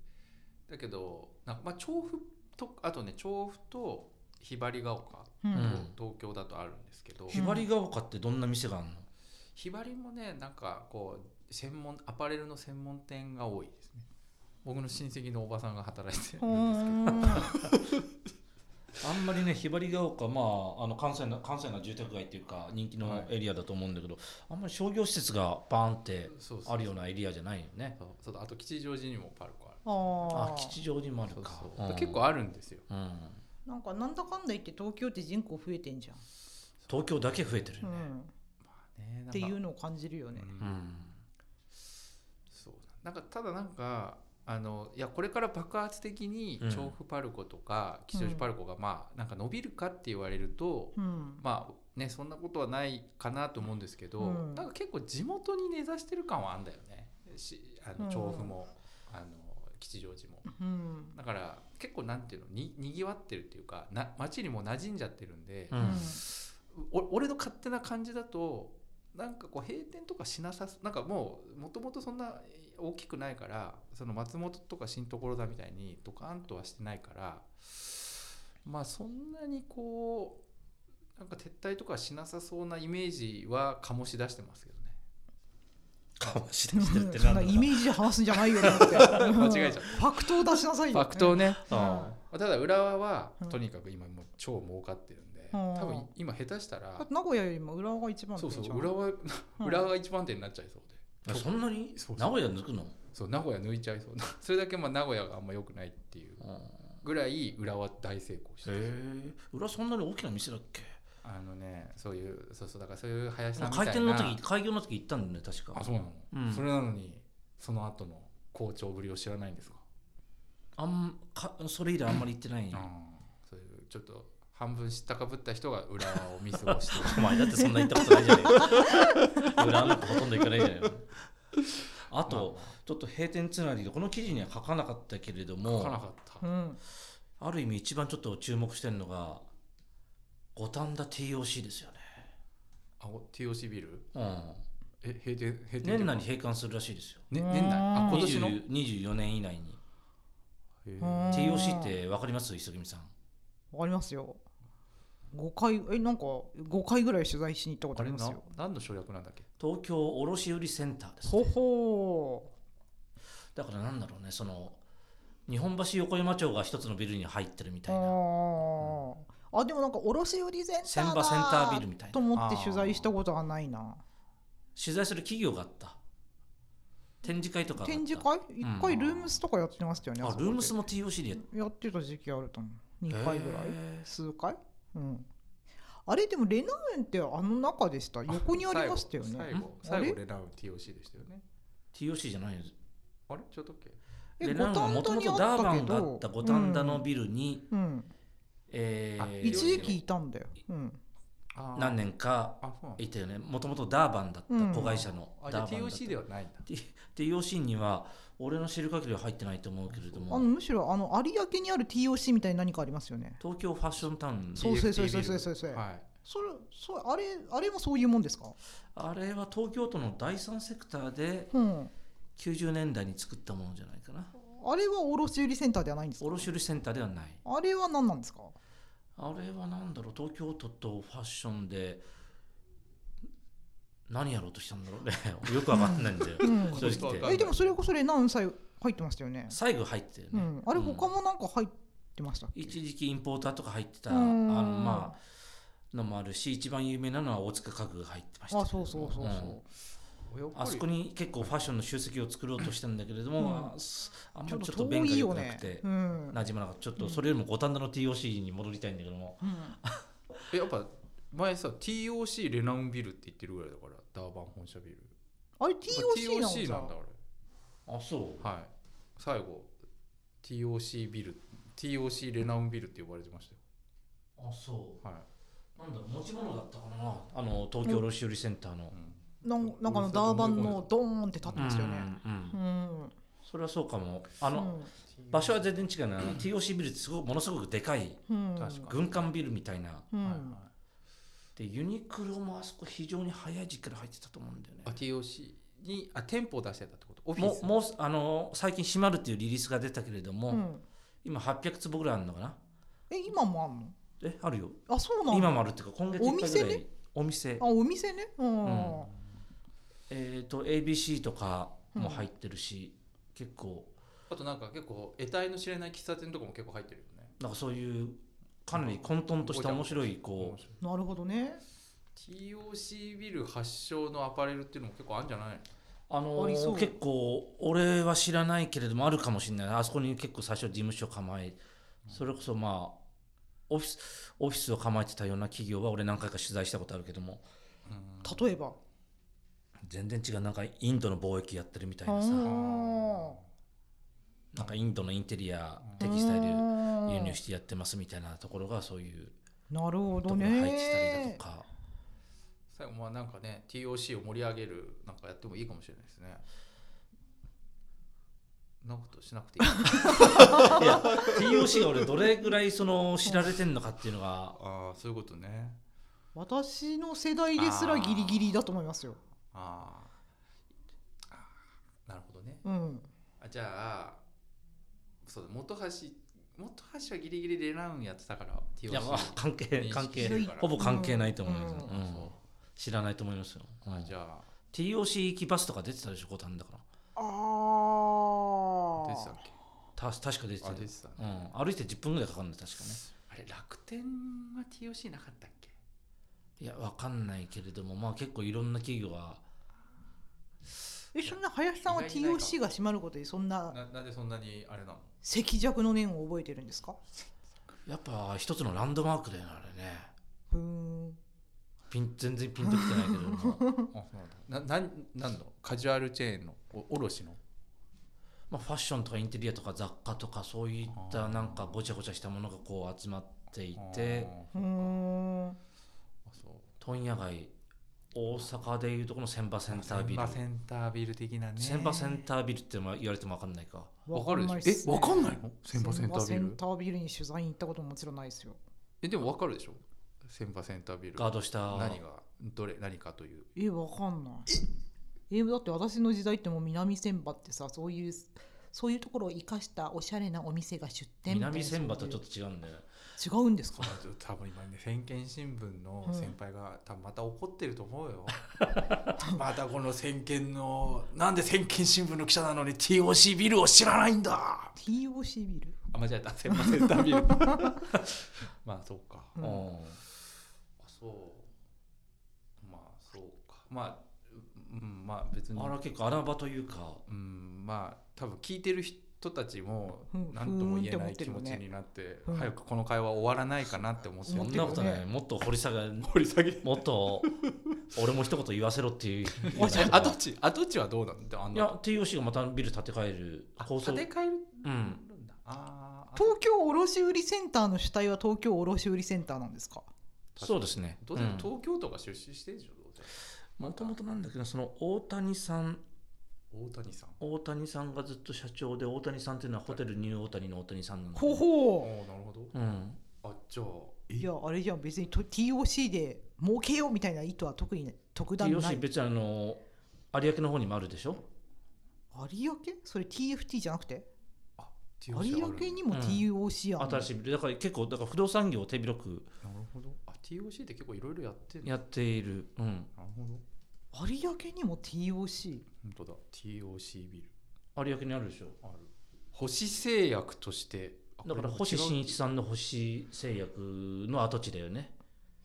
Speaker 2: だけどなんか、まあ、調布とあとね調布とひばりが丘、
Speaker 3: うん
Speaker 1: うん
Speaker 2: 東京だとあるんですけど、
Speaker 1: ひばりが丘ってどんな店があるの、
Speaker 2: ひばりもねなんかこう専門アパレルの専門店が多いですね僕の親戚のおばさんが働いてるんですけど
Speaker 3: うん
Speaker 1: あんまりねひばりが丘まああの関西の関西の住宅街っていうか人気
Speaker 2: は
Speaker 1: の
Speaker 2: い
Speaker 1: エリアだと思うんだけど、あんまり商業施設がバーンって
Speaker 2: そうそう
Speaker 1: あるようなエリアじゃないよね
Speaker 2: そうそうだあと吉祥寺にもパルコある
Speaker 1: あ
Speaker 3: ああ
Speaker 1: 吉祥寺もある
Speaker 2: そう
Speaker 1: か
Speaker 2: そう
Speaker 1: うん
Speaker 2: 結構あるんですよ
Speaker 1: うん、
Speaker 3: なんかなんだかんだ言って東京って人口増えてんじゃん、
Speaker 1: 東京だけ増えてるよ
Speaker 3: う
Speaker 1: ね、
Speaker 3: ん、
Speaker 2: ね
Speaker 3: っていう
Speaker 2: ね、
Speaker 3: のを感じるよね、
Speaker 2: う
Speaker 1: うんん
Speaker 2: そうなんかただなんかあのいやこれから爆発的に
Speaker 1: うん
Speaker 2: 調布パルコとか吉祥寺パルコがまあなんか伸びるかって言われると、
Speaker 3: うん
Speaker 2: まあねそんなことはないかなと思うんですけど、
Speaker 3: うん
Speaker 2: なんか結構地元に根ざしてる感はあんだよねしあ
Speaker 3: う
Speaker 2: の
Speaker 3: ん
Speaker 2: 調布も、あの吉祥寺も。
Speaker 3: うん
Speaker 2: だから結構なんていうのににぎわってるっていうかな街にも馴染んじゃってるんで、
Speaker 1: うん
Speaker 2: お俺の勝手な感じだとなんかこう閉店とかしなさそうなんかもうもともとそんな大きくないからその松本とか新所だみたいにドカンとはしてないからまあそんなにこうなんか撤退とかはしなさそうなイメージは醸し出してますけどね。
Speaker 1: かもし
Speaker 3: う
Speaker 1: れ
Speaker 3: ん
Speaker 1: ないって
Speaker 3: そ
Speaker 1: なんん
Speaker 3: な
Speaker 1: だ
Speaker 3: イメージで話すんじゃないよ
Speaker 1: (laughs)
Speaker 3: だって
Speaker 2: 間違えちゃった
Speaker 3: ファクトを出しなさい
Speaker 2: フ
Speaker 3: よ
Speaker 2: ァクトをね、
Speaker 3: うん
Speaker 2: うんただ浦和は
Speaker 3: うん
Speaker 2: とにかく今もう超儲かってるんで、
Speaker 3: うん
Speaker 2: 多分今下手したら
Speaker 3: だっ、て名古屋よりも浦和が一番
Speaker 2: そう
Speaker 3: 店
Speaker 2: そ
Speaker 3: じゃ
Speaker 2: うん浦 (laughs) 和、
Speaker 3: うん
Speaker 2: 浦和が一番手になっちゃいそうで。
Speaker 1: そんなに
Speaker 2: そうそ
Speaker 1: 名
Speaker 2: う
Speaker 1: 古屋抜くの、
Speaker 2: そう名古屋抜いちゃいそう (laughs) なそれだけまあ名古屋があんま良くないっていう
Speaker 1: うん、へ
Speaker 2: ぐらい浦和大成功してる
Speaker 1: え裏そんなに大きな店だっけ
Speaker 2: ああのねそういうそうそうだからそういう林さんみたい
Speaker 1: 開
Speaker 2: な
Speaker 1: 店の時開業の時行ったんだよね確か
Speaker 2: あそうなの、
Speaker 1: うん
Speaker 2: それなのにその後の好調ぶりを知らないんですか、
Speaker 1: あんかそれ以来あんまり行ってない
Speaker 2: あーそういうちょっと半分知ったかぶった人が裏を見過ごしてる
Speaker 1: お前だってそんな行ったことないじゃないか裏なんかほとんど行かないじゃないか (laughs) あと、ちょっと閉店つながりでこの記事には書かなかったけれど
Speaker 2: まあ
Speaker 1: も
Speaker 2: 書かなかった、
Speaker 3: うん、
Speaker 1: ある意味一番ちょっと注目してるのが五反田 TOC ですよね、
Speaker 2: あお TOC ビル
Speaker 1: うん、
Speaker 2: え閉店閉店っていう
Speaker 1: 年
Speaker 2: か
Speaker 1: 内に閉館するらしいですよ
Speaker 2: ね年内あ今年の、
Speaker 1: 20 24年以内に
Speaker 2: へー
Speaker 3: うん
Speaker 1: TOC って分かります磯君さん
Speaker 3: わかりますよ5回えなんか5回ぐらい取材しに行ったこと
Speaker 2: あ
Speaker 3: あり
Speaker 2: れ
Speaker 3: ま
Speaker 2: な
Speaker 3: すよ
Speaker 2: 何の省略なんだっけ
Speaker 1: 東京卸売センターです、
Speaker 3: ほほ
Speaker 1: だからなんだろうねその日本橋横山町が一つのビルに入ってるみ
Speaker 3: ー
Speaker 1: たいな
Speaker 3: あーあでもなんか卸売センターだ
Speaker 1: 千葉センタービルみたい
Speaker 3: と
Speaker 1: な
Speaker 3: 思って取材したことがないな
Speaker 1: 取材する企業があった展示会とかがあった
Speaker 3: 展示会1回
Speaker 1: うん
Speaker 3: ルームスとかやってましたよね、あ
Speaker 1: あ
Speaker 3: そこ
Speaker 1: ルームスも TOC でやっ
Speaker 3: やってた時期あると思う2回ぐらい、
Speaker 1: へ
Speaker 3: 数回うんあれでもレナウンってあの中でした横にありましたよ
Speaker 2: 最
Speaker 3: ね
Speaker 2: 後
Speaker 3: あ
Speaker 2: 最後
Speaker 3: れ
Speaker 2: 最後レナウン TOC でしたよね
Speaker 1: TOC じゃないよ
Speaker 2: あれちょっとっけ
Speaker 1: レナウンはもともとダーバンがあった五反田のビルに、
Speaker 3: うん、うん
Speaker 1: えー
Speaker 2: あ
Speaker 3: 一時期いたんだよ、うん、
Speaker 2: あー
Speaker 1: 何年か
Speaker 2: あそうなんだ
Speaker 1: いたよねもともとダーバンだった
Speaker 3: うん
Speaker 1: 子会社の
Speaker 2: あじゃ
Speaker 1: ダ
Speaker 2: あ
Speaker 1: ーバンだった
Speaker 2: TOC ではないんだ
Speaker 1: TOC には俺の知る限りは入ってないと思うけれど
Speaker 3: あの
Speaker 1: も
Speaker 3: むしろあの有明にある TOC みたいに何かありますよね
Speaker 1: 東京ファッションタウン
Speaker 3: そうそうそう
Speaker 2: TFT
Speaker 3: そうそうそうそう
Speaker 2: ビルはい
Speaker 3: それそれあれあれもそういうもんですか、
Speaker 1: あれは東京都の第三セクターで
Speaker 3: うん、
Speaker 1: 90年代に作ったものじゃないかな
Speaker 3: あれは卸売センターではないんですか
Speaker 1: 卸売センターではない
Speaker 3: あれは何なんですか
Speaker 1: あれは何だろう東京都とファッションで何やろうとしたんだろうね (laughs) よくわかんないんだよ
Speaker 3: うん
Speaker 1: 正直言っ
Speaker 2: わかんな
Speaker 1: て
Speaker 2: い
Speaker 3: えでもそれこそレナウンさえ入ってましたよね、
Speaker 1: 最後入ってる
Speaker 3: う
Speaker 1: ね、
Speaker 3: ん、あれ
Speaker 1: うん
Speaker 3: 他もなんか入ってましたっけ、
Speaker 1: 一時期インポーターとか入ってたあ
Speaker 3: う
Speaker 1: の
Speaker 3: ん
Speaker 1: まあのもあるし一番有名なのは大塚家具が入ってましたけ
Speaker 3: あ
Speaker 1: れど
Speaker 3: そ
Speaker 1: も
Speaker 3: うそうそうそう、
Speaker 1: うん
Speaker 2: やっぱり
Speaker 1: あそこに結構ファッションの集積を作ろうとしたんだけれども、
Speaker 3: うん
Speaker 1: あすあんま
Speaker 3: ちょ
Speaker 1: り
Speaker 3: っ
Speaker 1: ちょっと
Speaker 3: と
Speaker 1: 弁
Speaker 3: 遠
Speaker 1: が
Speaker 3: い
Speaker 1: 良
Speaker 3: よ
Speaker 1: くなく
Speaker 3: ね
Speaker 1: て、
Speaker 3: うん
Speaker 1: なじまなかったちょっとそれよりも五反田の TOC に戻りたいんだけども、
Speaker 3: うん
Speaker 2: えやっぱ前さ TOC レナウンビルって言ってるぐらいだからダーバン本社ビル
Speaker 3: あれ
Speaker 2: や
Speaker 3: TOC
Speaker 2: っぱ
Speaker 3: なの
Speaker 2: TOC
Speaker 3: さ
Speaker 2: なんだ
Speaker 1: あそう
Speaker 2: あれはい最後 TOC ビル TOC レナウンビルって呼ばれてましたよ
Speaker 1: あそ
Speaker 2: は
Speaker 1: うなんだ持ち物だったかなあの東京卸売センターの
Speaker 2: い、、うん
Speaker 3: なんなんかあのダーバンのドーンって立って
Speaker 1: うん
Speaker 3: ますよね。
Speaker 1: うん
Speaker 3: うん、
Speaker 1: それはそうかもあ
Speaker 3: あ
Speaker 1: の、、場所は全然違うなあの TOC ビルってすごくものすごくでかい
Speaker 3: うん、
Speaker 2: 確か
Speaker 1: 軍艦ビルみたいな
Speaker 3: うん
Speaker 2: はいはい
Speaker 1: でユニクロもあそこ非常に早い時期から入ってたと思うんだよね
Speaker 2: あ TOC にあ店舗を出してたってことオフィ
Speaker 1: も
Speaker 2: ス
Speaker 1: うもうあの最近「閉まる」っていうリリースが出たけれども、
Speaker 3: うん
Speaker 1: 今800坪ぐらいあるのかな
Speaker 3: え今もあんの？
Speaker 1: えあるよ
Speaker 3: あそうなの。
Speaker 1: 今
Speaker 3: あ
Speaker 1: もあるっていうか今月いっぱいぐらいお店,、
Speaker 3: お店ね。うん。
Speaker 1: うんえっ、と ABC とかも入ってるし、結構
Speaker 2: あとなんか結構得体の知れない喫茶店とかも結構入ってるよね
Speaker 1: なんかそういうかなり混沌とした面白いこう
Speaker 3: なるほどね。
Speaker 2: TOC ビル発祥のアパレルっていうのも結構あるんじゃない
Speaker 1: あの
Speaker 3: ありそう
Speaker 1: 結構俺は知らないけれどもあるかもしれないあそこに結構最初事務所構えそれこそまあオフィスオフィスを構えてたような企業は俺何回か取材したことあるけども
Speaker 2: うん
Speaker 3: 例えば、
Speaker 1: 全然違うなんかインドの貿易やってるみたいなさ
Speaker 3: うん
Speaker 1: なんかインドのインテリア
Speaker 2: う
Speaker 1: テキスタイル
Speaker 3: ル
Speaker 1: 輸入してやってますみたいなところがそういう
Speaker 3: なるほ
Speaker 1: とこ
Speaker 3: ど
Speaker 1: ろに入ってたりだ
Speaker 3: ね
Speaker 1: と。か
Speaker 2: 最後まあなんかね TOC を盛り上げるなんかやってもいいかもしれないですね。そんなことしなくていい。
Speaker 1: いや TOC が俺どれぐらいその知られてんのかっていうのが
Speaker 2: ああそういうことね。
Speaker 3: 私の世代ですらギリギリだと思いますよ。
Speaker 2: あーあーなるほどね。
Speaker 3: うん。
Speaker 2: あじゃあそうだ元橋元橋はギリギリレナウンやってたから TOC。
Speaker 1: いやまあ関係関
Speaker 2: 認識して
Speaker 1: 係
Speaker 2: るから
Speaker 1: ほぼ関係ないと思います、
Speaker 3: う
Speaker 1: うん知らないと思いますよ、うん
Speaker 2: じゃあ
Speaker 1: TOC 行きバスとか出てたでしょ五反田から
Speaker 3: あ
Speaker 2: 出てた
Speaker 3: あ
Speaker 2: っ。け？
Speaker 1: た確か出てた
Speaker 2: あ
Speaker 1: よ
Speaker 2: 出てたね。
Speaker 1: うん、歩いて10分ぐらいかかるんだ確かね
Speaker 2: あれ楽天は TOC なかったっけ？
Speaker 1: いやわかんないけれどもまあ結構いろんな企業が
Speaker 3: えそんな林さんは TOC が閉まることにそんな
Speaker 2: ななんでそんなにあれなの？
Speaker 3: 赤弱の念を覚えてるんですか？
Speaker 1: やっぱ一つのランドマークだよねあれね
Speaker 3: ふーん
Speaker 1: ピン全然ピンときてないけ (laughs) ど、まあ、
Speaker 2: あそうなんだななんなんのカジュアルチェーンのお卸の
Speaker 1: まあファッションとかインテリアとか雑貨とかそういった
Speaker 2: あー
Speaker 1: なんかごちゃごちゃしたものがこう集まってい
Speaker 2: で
Speaker 1: て
Speaker 3: うーん
Speaker 2: あそう
Speaker 1: 問屋街大阪でいうとこの千葉センタービル
Speaker 2: 千葉センタービル的なね
Speaker 1: 千葉センタービルってまあ言われても分かんないか
Speaker 2: わかる
Speaker 3: ない
Speaker 2: で
Speaker 3: っ
Speaker 2: し
Speaker 3: す
Speaker 2: ょえ
Speaker 3: ね
Speaker 2: わかんないの千葉センター
Speaker 3: セ
Speaker 2: ビ
Speaker 3: ン
Speaker 2: ル
Speaker 3: タービルに取材に行ったことももちろんないですよ
Speaker 2: えでもわかるでしょ千葉センタービル
Speaker 1: ガードした
Speaker 2: 何がどれ何かという
Speaker 3: えわかんないえだって私の時代ってもう南千葉ってさそういうそういうところを生かしたおしゃれなお店が出店みたいな
Speaker 1: 南千葉とはちょっ
Speaker 3: そ
Speaker 1: と違うんだよ
Speaker 3: ういう違うんですか
Speaker 2: 多分今ね先見新聞の先輩が多分また怒ってると思うよ、 (laughs) またこの先見のなんで先見新聞の記者なのに TOC ビルを知らないんだ
Speaker 3: TOC ビル
Speaker 2: あ間違えた千葉センタービル (laughs) まあそうか
Speaker 3: うん
Speaker 1: うん
Speaker 2: あそうまあそうかまあうんまあ別に
Speaker 1: あら結構穴場というか
Speaker 2: うんまあ多分聞いてる人たちも
Speaker 3: うん
Speaker 2: 何とも言えない
Speaker 3: ふ
Speaker 2: 気
Speaker 3: ーん
Speaker 2: 持
Speaker 3: って思っ
Speaker 2: ち
Speaker 3: てるよね
Speaker 2: になって
Speaker 3: うん
Speaker 2: 早くこの会話終わらないかなって思って
Speaker 1: そ
Speaker 2: る
Speaker 1: ん
Speaker 3: てる
Speaker 1: な
Speaker 3: よ
Speaker 1: こと
Speaker 3: ね
Speaker 1: ないもっと掘り下 (laughs) げ
Speaker 2: 掘り下 (laughs) げ
Speaker 1: もっと俺も一言言わせろって (laughs) いう
Speaker 2: 跡地跡地はどうなんだあの
Speaker 1: いや TOC がまたビル建て替える
Speaker 2: あ
Speaker 1: 構想
Speaker 2: 建て替える
Speaker 1: うん
Speaker 2: んだあー
Speaker 3: 東京卸売センターの主体は東京卸売センターなんですか
Speaker 1: そうですね
Speaker 2: どうせ東京都が出資してるでしょどうせ
Speaker 1: もともとなんだけどその大谷さん
Speaker 2: 大谷さん
Speaker 1: 大谷さんがずっと社長で大谷さんっていうのはホテルニュー大谷の大谷さんなんだけど
Speaker 3: ほ
Speaker 2: おお
Speaker 3: ほ
Speaker 2: ーなるほど
Speaker 1: うん
Speaker 2: あじゃあ
Speaker 3: いやあれじゃん別にと TOC で儲けようみたいな意図は特にね特段ない
Speaker 1: TOC 別にあの有明の方にもあるでしょ
Speaker 3: 有明それ TFT じゃなくて
Speaker 2: 有
Speaker 3: 有明にも TOC あんの
Speaker 1: 新しいビルだから結構だから不動産業を手広く
Speaker 2: なるほどあ TOC って結構いろいろやってる
Speaker 1: やっている、うん、
Speaker 2: なるほど
Speaker 3: 有明にも TOC
Speaker 2: 本当だ TOC ビル
Speaker 1: 有明にあるでしょ
Speaker 2: ある星製薬としてあ
Speaker 1: だから
Speaker 2: これも違
Speaker 1: 星
Speaker 2: う
Speaker 1: 新一さんの星製薬の跡地だよね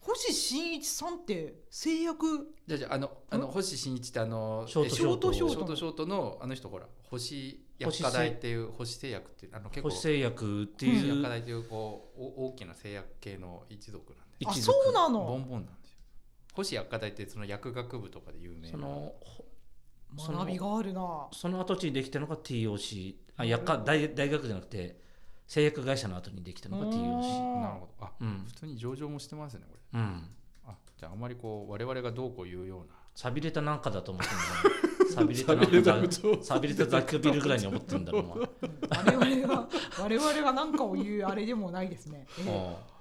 Speaker 3: 星新一さんって製薬
Speaker 2: じゃあじゃああのあの星新一ってあの
Speaker 1: ショートショート
Speaker 2: えショ
Speaker 3: ショートショー
Speaker 2: ートショー
Speaker 3: ト
Speaker 2: トのあの人ほら星薬科大っていう星製薬っていうあの結構
Speaker 1: 星
Speaker 2: 星
Speaker 1: 製薬ってい
Speaker 2: 薬
Speaker 1: う
Speaker 2: 科大っていうこうお大きな製薬系の一族なんで
Speaker 1: 一
Speaker 3: あ
Speaker 1: 族
Speaker 3: そうな
Speaker 2: ボ
Speaker 3: の
Speaker 2: ンボンなんですよ星薬科大ってその薬学部とかで有名
Speaker 1: そ
Speaker 2: な
Speaker 1: のその
Speaker 3: 学びがあるな
Speaker 1: その跡地にできたのが TOC あ薬科大大学じゃなくて製薬会社の後にできたのが TOC
Speaker 2: なるほどあ
Speaker 1: うん
Speaker 2: 普通に上場もしてますねこれ
Speaker 1: うん
Speaker 2: あじゃああまりこう我々がどうこう言うような
Speaker 1: 寂れたなんかだと思ってん
Speaker 2: (laughs)
Speaker 1: だ寂れたなんか
Speaker 2: 部
Speaker 1: だ寂れた雑居ビルぐらいに思ってんだろうな
Speaker 3: 我々が我々が何かを言うあれでもないですね、ええ
Speaker 1: おう
Speaker 2: (laughs)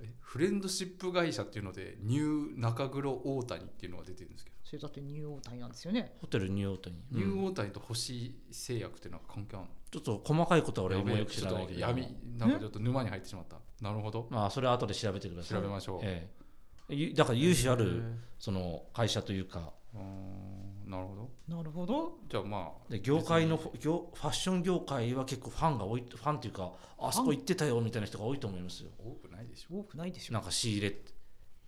Speaker 2: えフレンドシップ会社っていうのでニュー中黒大谷っていうのが出てるんですけど、
Speaker 3: それだってニューオータニなんですよね
Speaker 1: ホテルニューオートに、うん
Speaker 2: ニュー大谷と星製薬っていうのは関係あるの
Speaker 1: ちょっと細かいことは俺
Speaker 2: やべ
Speaker 1: も
Speaker 2: え
Speaker 1: よく知らないけど
Speaker 2: ちょっと闇なんかちょっと沼に入ってしまったなるほど
Speaker 1: まあそれは後で調べてください
Speaker 2: 調べましょう
Speaker 1: ええゆだから融資あ
Speaker 2: へ
Speaker 1: る
Speaker 2: ー
Speaker 1: その会社というか
Speaker 2: うーんなるほど
Speaker 3: なるほど
Speaker 2: じゃあまあ
Speaker 1: で業界の業ファッション業界は結構ファンが多いファンというかあそこ行ってたよみたいな人が多いと思いますよ
Speaker 2: 多くないでしょ
Speaker 3: 多くないでしょ
Speaker 1: なんか仕入れって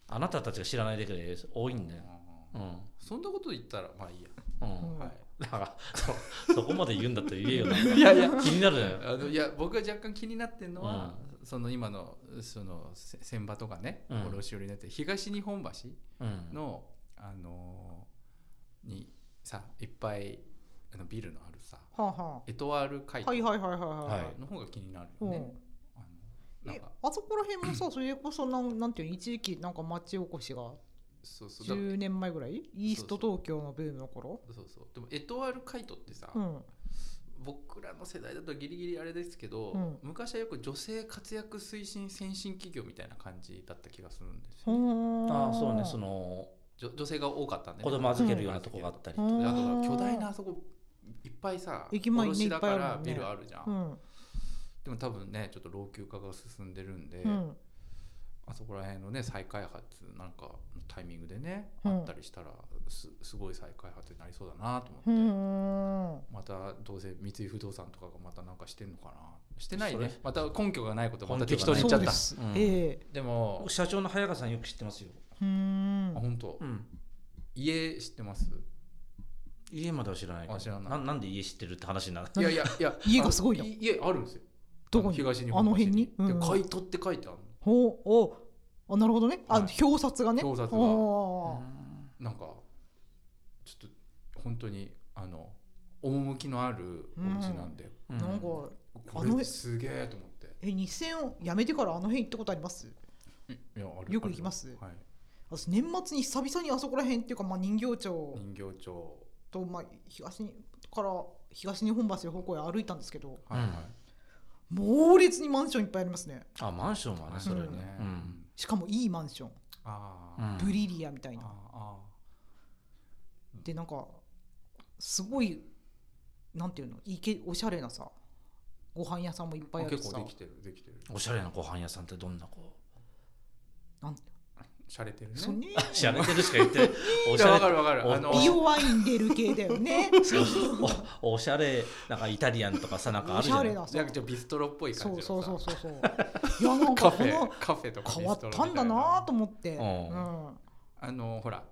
Speaker 1: あなたたちが知らないだけで多いんだよう
Speaker 2: あー
Speaker 1: ん
Speaker 2: そんなこと言ったらまあいいや、
Speaker 1: うん、
Speaker 3: うん
Speaker 2: はい
Speaker 1: だからそそこまで言うんだったら言えよなんか
Speaker 2: いやいや
Speaker 1: 気になるのよ
Speaker 2: あのいや僕が若干気になってるのは、その今のそのせ船場とかね
Speaker 1: うん
Speaker 2: 卸売りになって東日本橋、
Speaker 1: うん
Speaker 2: の、あのーにさいっぱいあのビルのあるさ
Speaker 3: はあは
Speaker 2: エトワール海
Speaker 3: あはいはいはいはい
Speaker 1: は
Speaker 3: はいい
Speaker 2: の方が気になるよ
Speaker 3: う
Speaker 2: ね。
Speaker 3: ん
Speaker 2: あのなん
Speaker 3: え
Speaker 2: か
Speaker 3: あそこら辺もさそれこそなんなんていうの一時期なんか町おこしが
Speaker 2: そうそうだか
Speaker 3: 10年前ぐらいイースト
Speaker 2: そう
Speaker 3: 東京のブームの頃
Speaker 2: らそうそうでもエトワール海斗ってさ、
Speaker 3: うん
Speaker 2: 僕らの世代だとギリギリあれですけど、
Speaker 3: うん
Speaker 2: 昔はよく女性活躍推進先進企業みたいな感じだった気がするんですよ、
Speaker 3: ほ
Speaker 1: ああそうねそ
Speaker 3: の
Speaker 1: の
Speaker 2: 女女性が多かったんで、
Speaker 1: 子
Speaker 2: ね、
Speaker 1: 供預けるようなとこがあったりとか、
Speaker 2: であと
Speaker 3: うん
Speaker 2: 巨大なあそこいっぱいさ
Speaker 3: 駅前にね
Speaker 2: 卸だか
Speaker 3: いっぱいあ
Speaker 2: ら
Speaker 3: るもん
Speaker 2: ビ
Speaker 3: ね
Speaker 2: ルあるじゃん、
Speaker 3: うん
Speaker 2: でも多分ねちょっと老朽化が進んでるんで、
Speaker 3: うん
Speaker 2: あそこら辺のね再開発なんかのタイミングでね、
Speaker 3: うん
Speaker 2: あったりしたらすすごい再開発になりそうだなと思って、
Speaker 3: うん
Speaker 2: またどうせ三井不動産とかがまたなんかしてんのかなしてない
Speaker 1: それ
Speaker 2: ねまた根拠がないことまた
Speaker 1: 根拠
Speaker 2: 適
Speaker 1: が
Speaker 2: 当
Speaker 1: な
Speaker 2: に
Speaker 1: い
Speaker 2: 言っち
Speaker 3: そ
Speaker 2: ゃ
Speaker 3: う
Speaker 2: っ
Speaker 1: うん
Speaker 2: た
Speaker 3: ですええ
Speaker 2: でも
Speaker 1: 僕社長の早川さんよく知ってますよ、
Speaker 3: うーん
Speaker 2: あ本当
Speaker 1: うん、
Speaker 2: 家知ってます
Speaker 1: 家までは知らないけど
Speaker 2: あ知らな
Speaker 1: な
Speaker 2: い
Speaker 1: なんで家知ってるって話になる
Speaker 2: いやいやいや
Speaker 3: 家がすごいな
Speaker 2: あの家あるんですよ
Speaker 3: どこ
Speaker 2: あの
Speaker 3: に
Speaker 2: 東日本
Speaker 3: あの辺に
Speaker 2: で
Speaker 3: うん
Speaker 2: 買い取って書いてあるの
Speaker 3: ほうおあなるほどねあ、
Speaker 2: はい
Speaker 3: 表札がね
Speaker 2: 表札が
Speaker 3: おー
Speaker 2: なんかちょっと本当にあの趣のあるお家なんで、
Speaker 1: うん
Speaker 3: なんか
Speaker 2: こ
Speaker 3: あの
Speaker 2: れすげえと思って
Speaker 3: え2000をやめてからあの辺行ったことあります
Speaker 2: いやある
Speaker 3: よく行きます
Speaker 2: あるはい、
Speaker 3: 私年末に久々にあそこら辺っていうか、まあ、人形町
Speaker 2: 人形町、
Speaker 3: と、まあ、東にから東日本橋の方向へ歩いたんですけど
Speaker 2: はいはい
Speaker 3: 猛烈にマンションいっぱいありますね
Speaker 1: あマンションはねそれね
Speaker 3: うん
Speaker 1: うん
Speaker 3: しかもいいマンション
Speaker 2: あ
Speaker 1: うん
Speaker 2: あ
Speaker 3: ブリリアみたい
Speaker 2: あ
Speaker 3: な、
Speaker 2: あ
Speaker 3: でなんかすごいなんていうのいけおしゃれなさご飯屋さんもいっぱいあるし
Speaker 2: 結
Speaker 3: さ
Speaker 2: 構できてるできてる
Speaker 1: おしゃれなご飯屋さんってどんなこ
Speaker 3: なん
Speaker 2: 洒落てるね
Speaker 3: そうね
Speaker 1: うしゃれてるしか言ってないお
Speaker 2: (laughs) い
Speaker 1: し
Speaker 2: や
Speaker 1: ゃ
Speaker 2: わ
Speaker 1: れ
Speaker 2: かるわかる
Speaker 1: お
Speaker 2: あの
Speaker 3: 美容ワイン出る系だ
Speaker 2: (laughs)
Speaker 3: よね
Speaker 1: おおしゃれなんかイタリアンとかさなんかあ
Speaker 3: お
Speaker 1: るじ
Speaker 3: し
Speaker 1: ゃ
Speaker 3: ゃ
Speaker 1: な
Speaker 3: れ
Speaker 1: い
Speaker 3: なさ
Speaker 2: なんかちょっとビストロっぽい
Speaker 3: そ
Speaker 2: 感
Speaker 3: う
Speaker 2: じ
Speaker 3: そ
Speaker 2: の
Speaker 3: う
Speaker 2: さ
Speaker 3: そうそうそういやなん
Speaker 2: カ
Speaker 3: か
Speaker 2: フ
Speaker 3: この
Speaker 2: ェカフェとか
Speaker 3: 変
Speaker 2: ビ
Speaker 3: わ
Speaker 2: ス
Speaker 3: っ
Speaker 2: トロみ
Speaker 3: た
Speaker 2: い
Speaker 3: んだなと思って、
Speaker 1: うん
Speaker 3: う
Speaker 2: あのほら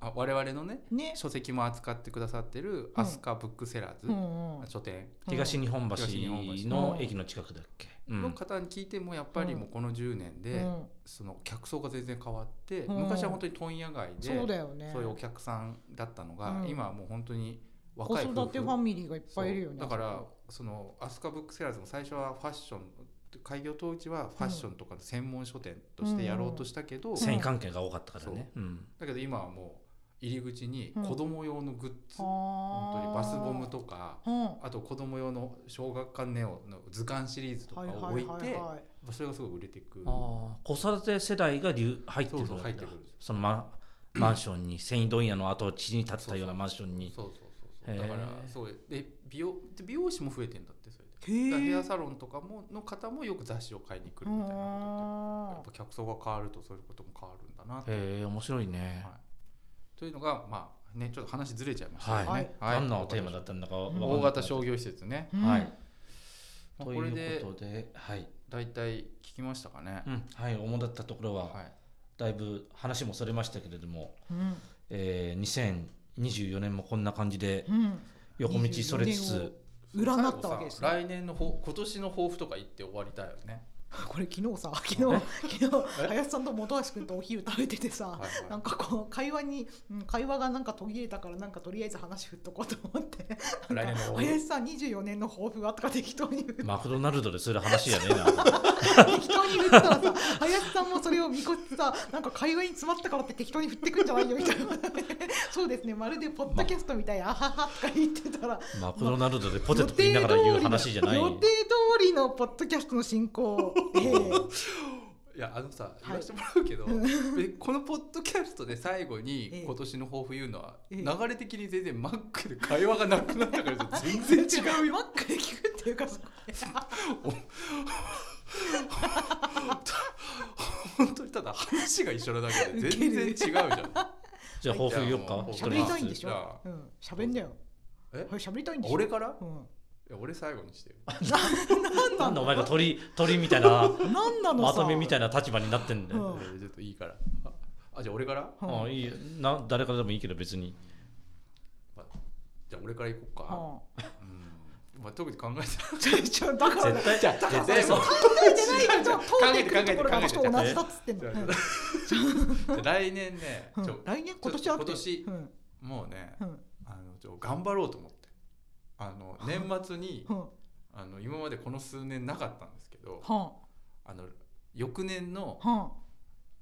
Speaker 2: あ我々のね
Speaker 3: ん、ね、
Speaker 2: 書籍も扱ってくださってる
Speaker 3: うん
Speaker 2: アスカブックセラーズ、
Speaker 3: うんうん、
Speaker 2: 書店
Speaker 1: 東日本
Speaker 2: 東日本
Speaker 1: 橋
Speaker 2: 橋
Speaker 1: の駅の近くだっけ、うん
Speaker 2: の方に聞いてもやっぱりもうこの10年で、
Speaker 3: うん
Speaker 2: その客層が全然変わって、
Speaker 3: うん
Speaker 2: 昔は本当に問屋街で
Speaker 3: そうだよね
Speaker 2: そういうお客さんだったのが、
Speaker 3: うん
Speaker 2: 今はもう本当に
Speaker 3: 子
Speaker 2: 若い夫婦
Speaker 3: 育てファミリーがいっぱいいるよね
Speaker 2: そうだからそのアスカブックセラーズも最初はファッション開業当時はファッションとかの専門書店としてやろうとしたけど、
Speaker 3: ん
Speaker 1: 繊維関係が多かったからね、うん
Speaker 2: だけど今はもう入り口に子供用のグッズ、本当にバスボムとか
Speaker 3: か、うん
Speaker 2: あと子供用の小学館ネオの図鑑シリーズとか
Speaker 3: はい
Speaker 2: を
Speaker 3: は
Speaker 2: 置い
Speaker 3: い
Speaker 2: て、
Speaker 3: はいはい
Speaker 2: それがすごい売れていく
Speaker 1: あー子育て世代が流入って
Speaker 2: そう
Speaker 1: る
Speaker 2: そう
Speaker 1: わ
Speaker 2: 入
Speaker 1: け
Speaker 2: って
Speaker 1: だ
Speaker 2: くるんですよ
Speaker 1: その
Speaker 2: (clears throat)
Speaker 1: ママンションに繊維問屋の跡地に建てたようなマンションに
Speaker 2: そうそうそう
Speaker 1: へ
Speaker 2: そう
Speaker 1: ー
Speaker 2: だからそうで美容で美容師も増えてんだってそれでだから
Speaker 3: へ
Speaker 2: ヘ
Speaker 3: え
Speaker 2: アサロンとかもの方もよく雑誌を買いに来るみたいなことってやっぱ客層が変わるとそういうことも変わるんだなって、
Speaker 1: へえ面白いね
Speaker 2: は、い、というのがまあねちょっと話ずれちゃいましたけど
Speaker 1: はい
Speaker 2: ね、
Speaker 1: 何のテーマだったんだかわかんな
Speaker 2: 大
Speaker 1: かった
Speaker 2: 型商業施設ね、
Speaker 3: うん
Speaker 1: はい
Speaker 2: まあ
Speaker 1: と
Speaker 2: これ
Speaker 1: い
Speaker 2: で
Speaker 1: うことではい、
Speaker 2: 大体聞きましたかね、
Speaker 1: うんはい、主だったところは
Speaker 2: はい
Speaker 1: だいぶ話もそれましたけれども、
Speaker 3: うん
Speaker 1: えー、2024年もこんな感じで
Speaker 3: うん
Speaker 1: 横道それつ
Speaker 3: 24年
Speaker 1: つ
Speaker 3: を占ったわけですね
Speaker 2: 最後さ来年の抱今年の抱負とか言って終わりたいよね。
Speaker 3: これ昨日さ昨日昨日林さんと本橋君とお昼食べててさ
Speaker 2: はいはい
Speaker 3: なんかこう会話に、うん、会話がなんか途切れたからなんかとりあえず話振っとこうと思って
Speaker 2: 来年の抱負
Speaker 3: 林さん24年の抱負はとか適当に振って
Speaker 1: マクドナルドでそういう話やねえ
Speaker 3: (laughs)
Speaker 1: な
Speaker 3: 適当に振ったらさ林さんもそれを見こってさなんか会話に詰まったからって適当に振ってくんじゃないよみたいなそうですねまるでポッドキャストみたいな「あはは」とか言ってたら
Speaker 1: マクドナルドでポテト食いながら言う話じゃない
Speaker 3: 予定通りのポッドキャストの進
Speaker 1: (laughs)
Speaker 3: 行え
Speaker 2: いやあのさ
Speaker 3: い
Speaker 2: 言わせてもらうけど、えこのポッドキャストで最後
Speaker 3: ええ
Speaker 2: に今年の抱負言うのは、
Speaker 3: ええ
Speaker 2: 流れ的に全然マックで会話がなくなったから全
Speaker 3: え
Speaker 2: 然
Speaker 3: (laughs)
Speaker 2: 違うよ
Speaker 3: マックで聞くっていうかそこ
Speaker 1: (laughs)
Speaker 3: で
Speaker 2: 本当にただ話が一緒なだけで全然違うじゃん
Speaker 1: じゃあ抱負言おう
Speaker 2: いや
Speaker 1: か
Speaker 2: もう
Speaker 1: 一人
Speaker 3: 喋りたいん
Speaker 1: ず
Speaker 3: で
Speaker 1: つ
Speaker 3: しょうん喋んだよ
Speaker 2: え
Speaker 3: はい喋りたいんでしょ
Speaker 2: 俺から
Speaker 3: うん
Speaker 2: いや俺最後にしてよ
Speaker 3: 何
Speaker 1: な
Speaker 3: な
Speaker 1: で
Speaker 3: んの
Speaker 1: お前が鳥鳥みたい
Speaker 3: (laughs)
Speaker 1: な
Speaker 3: 何なの
Speaker 1: ま
Speaker 3: さ
Speaker 1: とめみたいな立場になってんだ
Speaker 3: う
Speaker 1: よ、
Speaker 3: ん
Speaker 2: いやちょっといいからああじゃあ俺から
Speaker 3: うん
Speaker 1: ああいいよな誰からでもいいけど別に
Speaker 2: じゃあ俺から行こう
Speaker 3: う
Speaker 2: か、
Speaker 3: ん
Speaker 2: うんまあ、特に考えてない
Speaker 3: ちょちょだから
Speaker 1: 絶対
Speaker 2: じゃあ
Speaker 1: 絶
Speaker 2: じゃあ
Speaker 1: 対そう
Speaker 2: 考
Speaker 3: 考えてないけど通
Speaker 2: 考
Speaker 3: っ
Speaker 2: え
Speaker 3: て
Speaker 2: て
Speaker 3: く
Speaker 2: 考え
Speaker 3: ると
Speaker 2: て
Speaker 3: ころが私と同じだっつってんの
Speaker 2: じゃ
Speaker 3: う
Speaker 2: あ
Speaker 3: ん
Speaker 2: じゃあ来年ね、
Speaker 3: うん
Speaker 2: ちょ
Speaker 3: 来年今年はって
Speaker 2: 今年
Speaker 3: うん
Speaker 2: もうね
Speaker 3: うん
Speaker 2: あのちょ頑張ろうと思ってあの年末に
Speaker 3: うん
Speaker 2: あの今までこの数年なかったんですけど
Speaker 3: は
Speaker 2: あの翌年の
Speaker 3: あは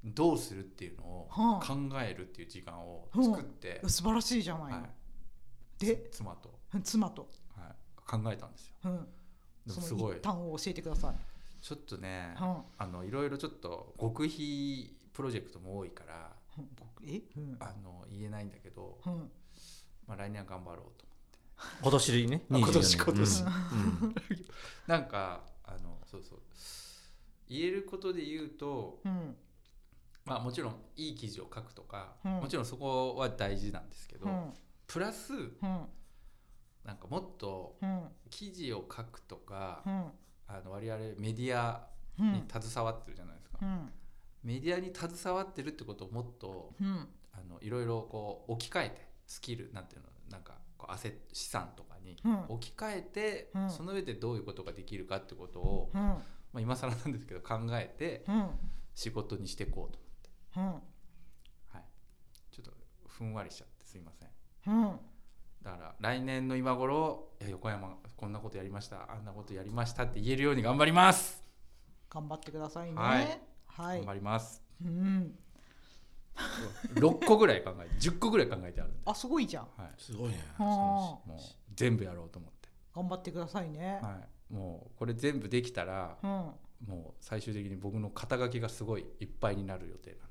Speaker 2: どうするっていうのを
Speaker 3: はあ
Speaker 2: 考えるっていう時間を作って
Speaker 3: あ、素晴らしいじゃない
Speaker 2: は
Speaker 3: の
Speaker 2: い、
Speaker 3: で
Speaker 2: 妻と、
Speaker 3: 妻と
Speaker 2: はい、考えたんですよ
Speaker 3: う
Speaker 2: で
Speaker 3: ん
Speaker 2: もす
Speaker 3: その
Speaker 2: ごい
Speaker 3: 一端を教えてください
Speaker 2: ちょっとね
Speaker 3: は
Speaker 2: あのいろいろちょっと極秘プロジェクトも多いから
Speaker 3: あうんえうん
Speaker 2: あの言えないんだけど、
Speaker 3: うん
Speaker 2: まあ、来年は頑張ろうと
Speaker 1: 今年でいいね
Speaker 2: あ今年
Speaker 1: 24年うんうん
Speaker 2: (laughs) なんかあのそうそう言えることで言うと
Speaker 3: うん
Speaker 2: まあもちろんいい記事を書くとか、
Speaker 3: うん
Speaker 2: もちろんそこは大事なんですけど、
Speaker 3: うん
Speaker 2: プラス
Speaker 3: うん
Speaker 2: なんかもっと
Speaker 3: うん
Speaker 2: 記事を書くとか、
Speaker 3: うん
Speaker 2: あの我々メディア
Speaker 3: う
Speaker 2: に
Speaker 3: ん
Speaker 2: 携わってるじゃないですか、
Speaker 3: うん
Speaker 2: メディアに携わってるってことをもっと
Speaker 3: うん
Speaker 2: あのいろいろこう置き換えてスキルなんていうのなんかこうアセット資産とかに
Speaker 3: うん
Speaker 2: 置き換えて、
Speaker 3: うん
Speaker 2: その上でどういうことができるかってことを、
Speaker 3: うん
Speaker 2: まあ、今更なんですけど考えて
Speaker 3: うん
Speaker 2: 仕事にしていこうと、
Speaker 3: うん
Speaker 2: はい、ちょっとふんわりしちゃってすいません
Speaker 3: うん
Speaker 2: だから来年の今頃いや横山こんなことやりましたあんなことやりましたって言えるように頑張ります、
Speaker 3: 頑張ってくださいね
Speaker 2: はい
Speaker 3: はい
Speaker 2: 頑張ります (laughs)
Speaker 3: うん
Speaker 2: 6個ぐらい考えて10個ぐらい考えてあるんで、
Speaker 3: あすごいじゃん
Speaker 2: はい、
Speaker 1: すごいね
Speaker 3: は
Speaker 2: もう全部やろうと思って、
Speaker 3: あ頑張ってくださいね
Speaker 2: はい、もうこれ全部できたら
Speaker 3: うんど
Speaker 2: もう最終的に僕の肩書きがすごいいっぱいになる予定なんで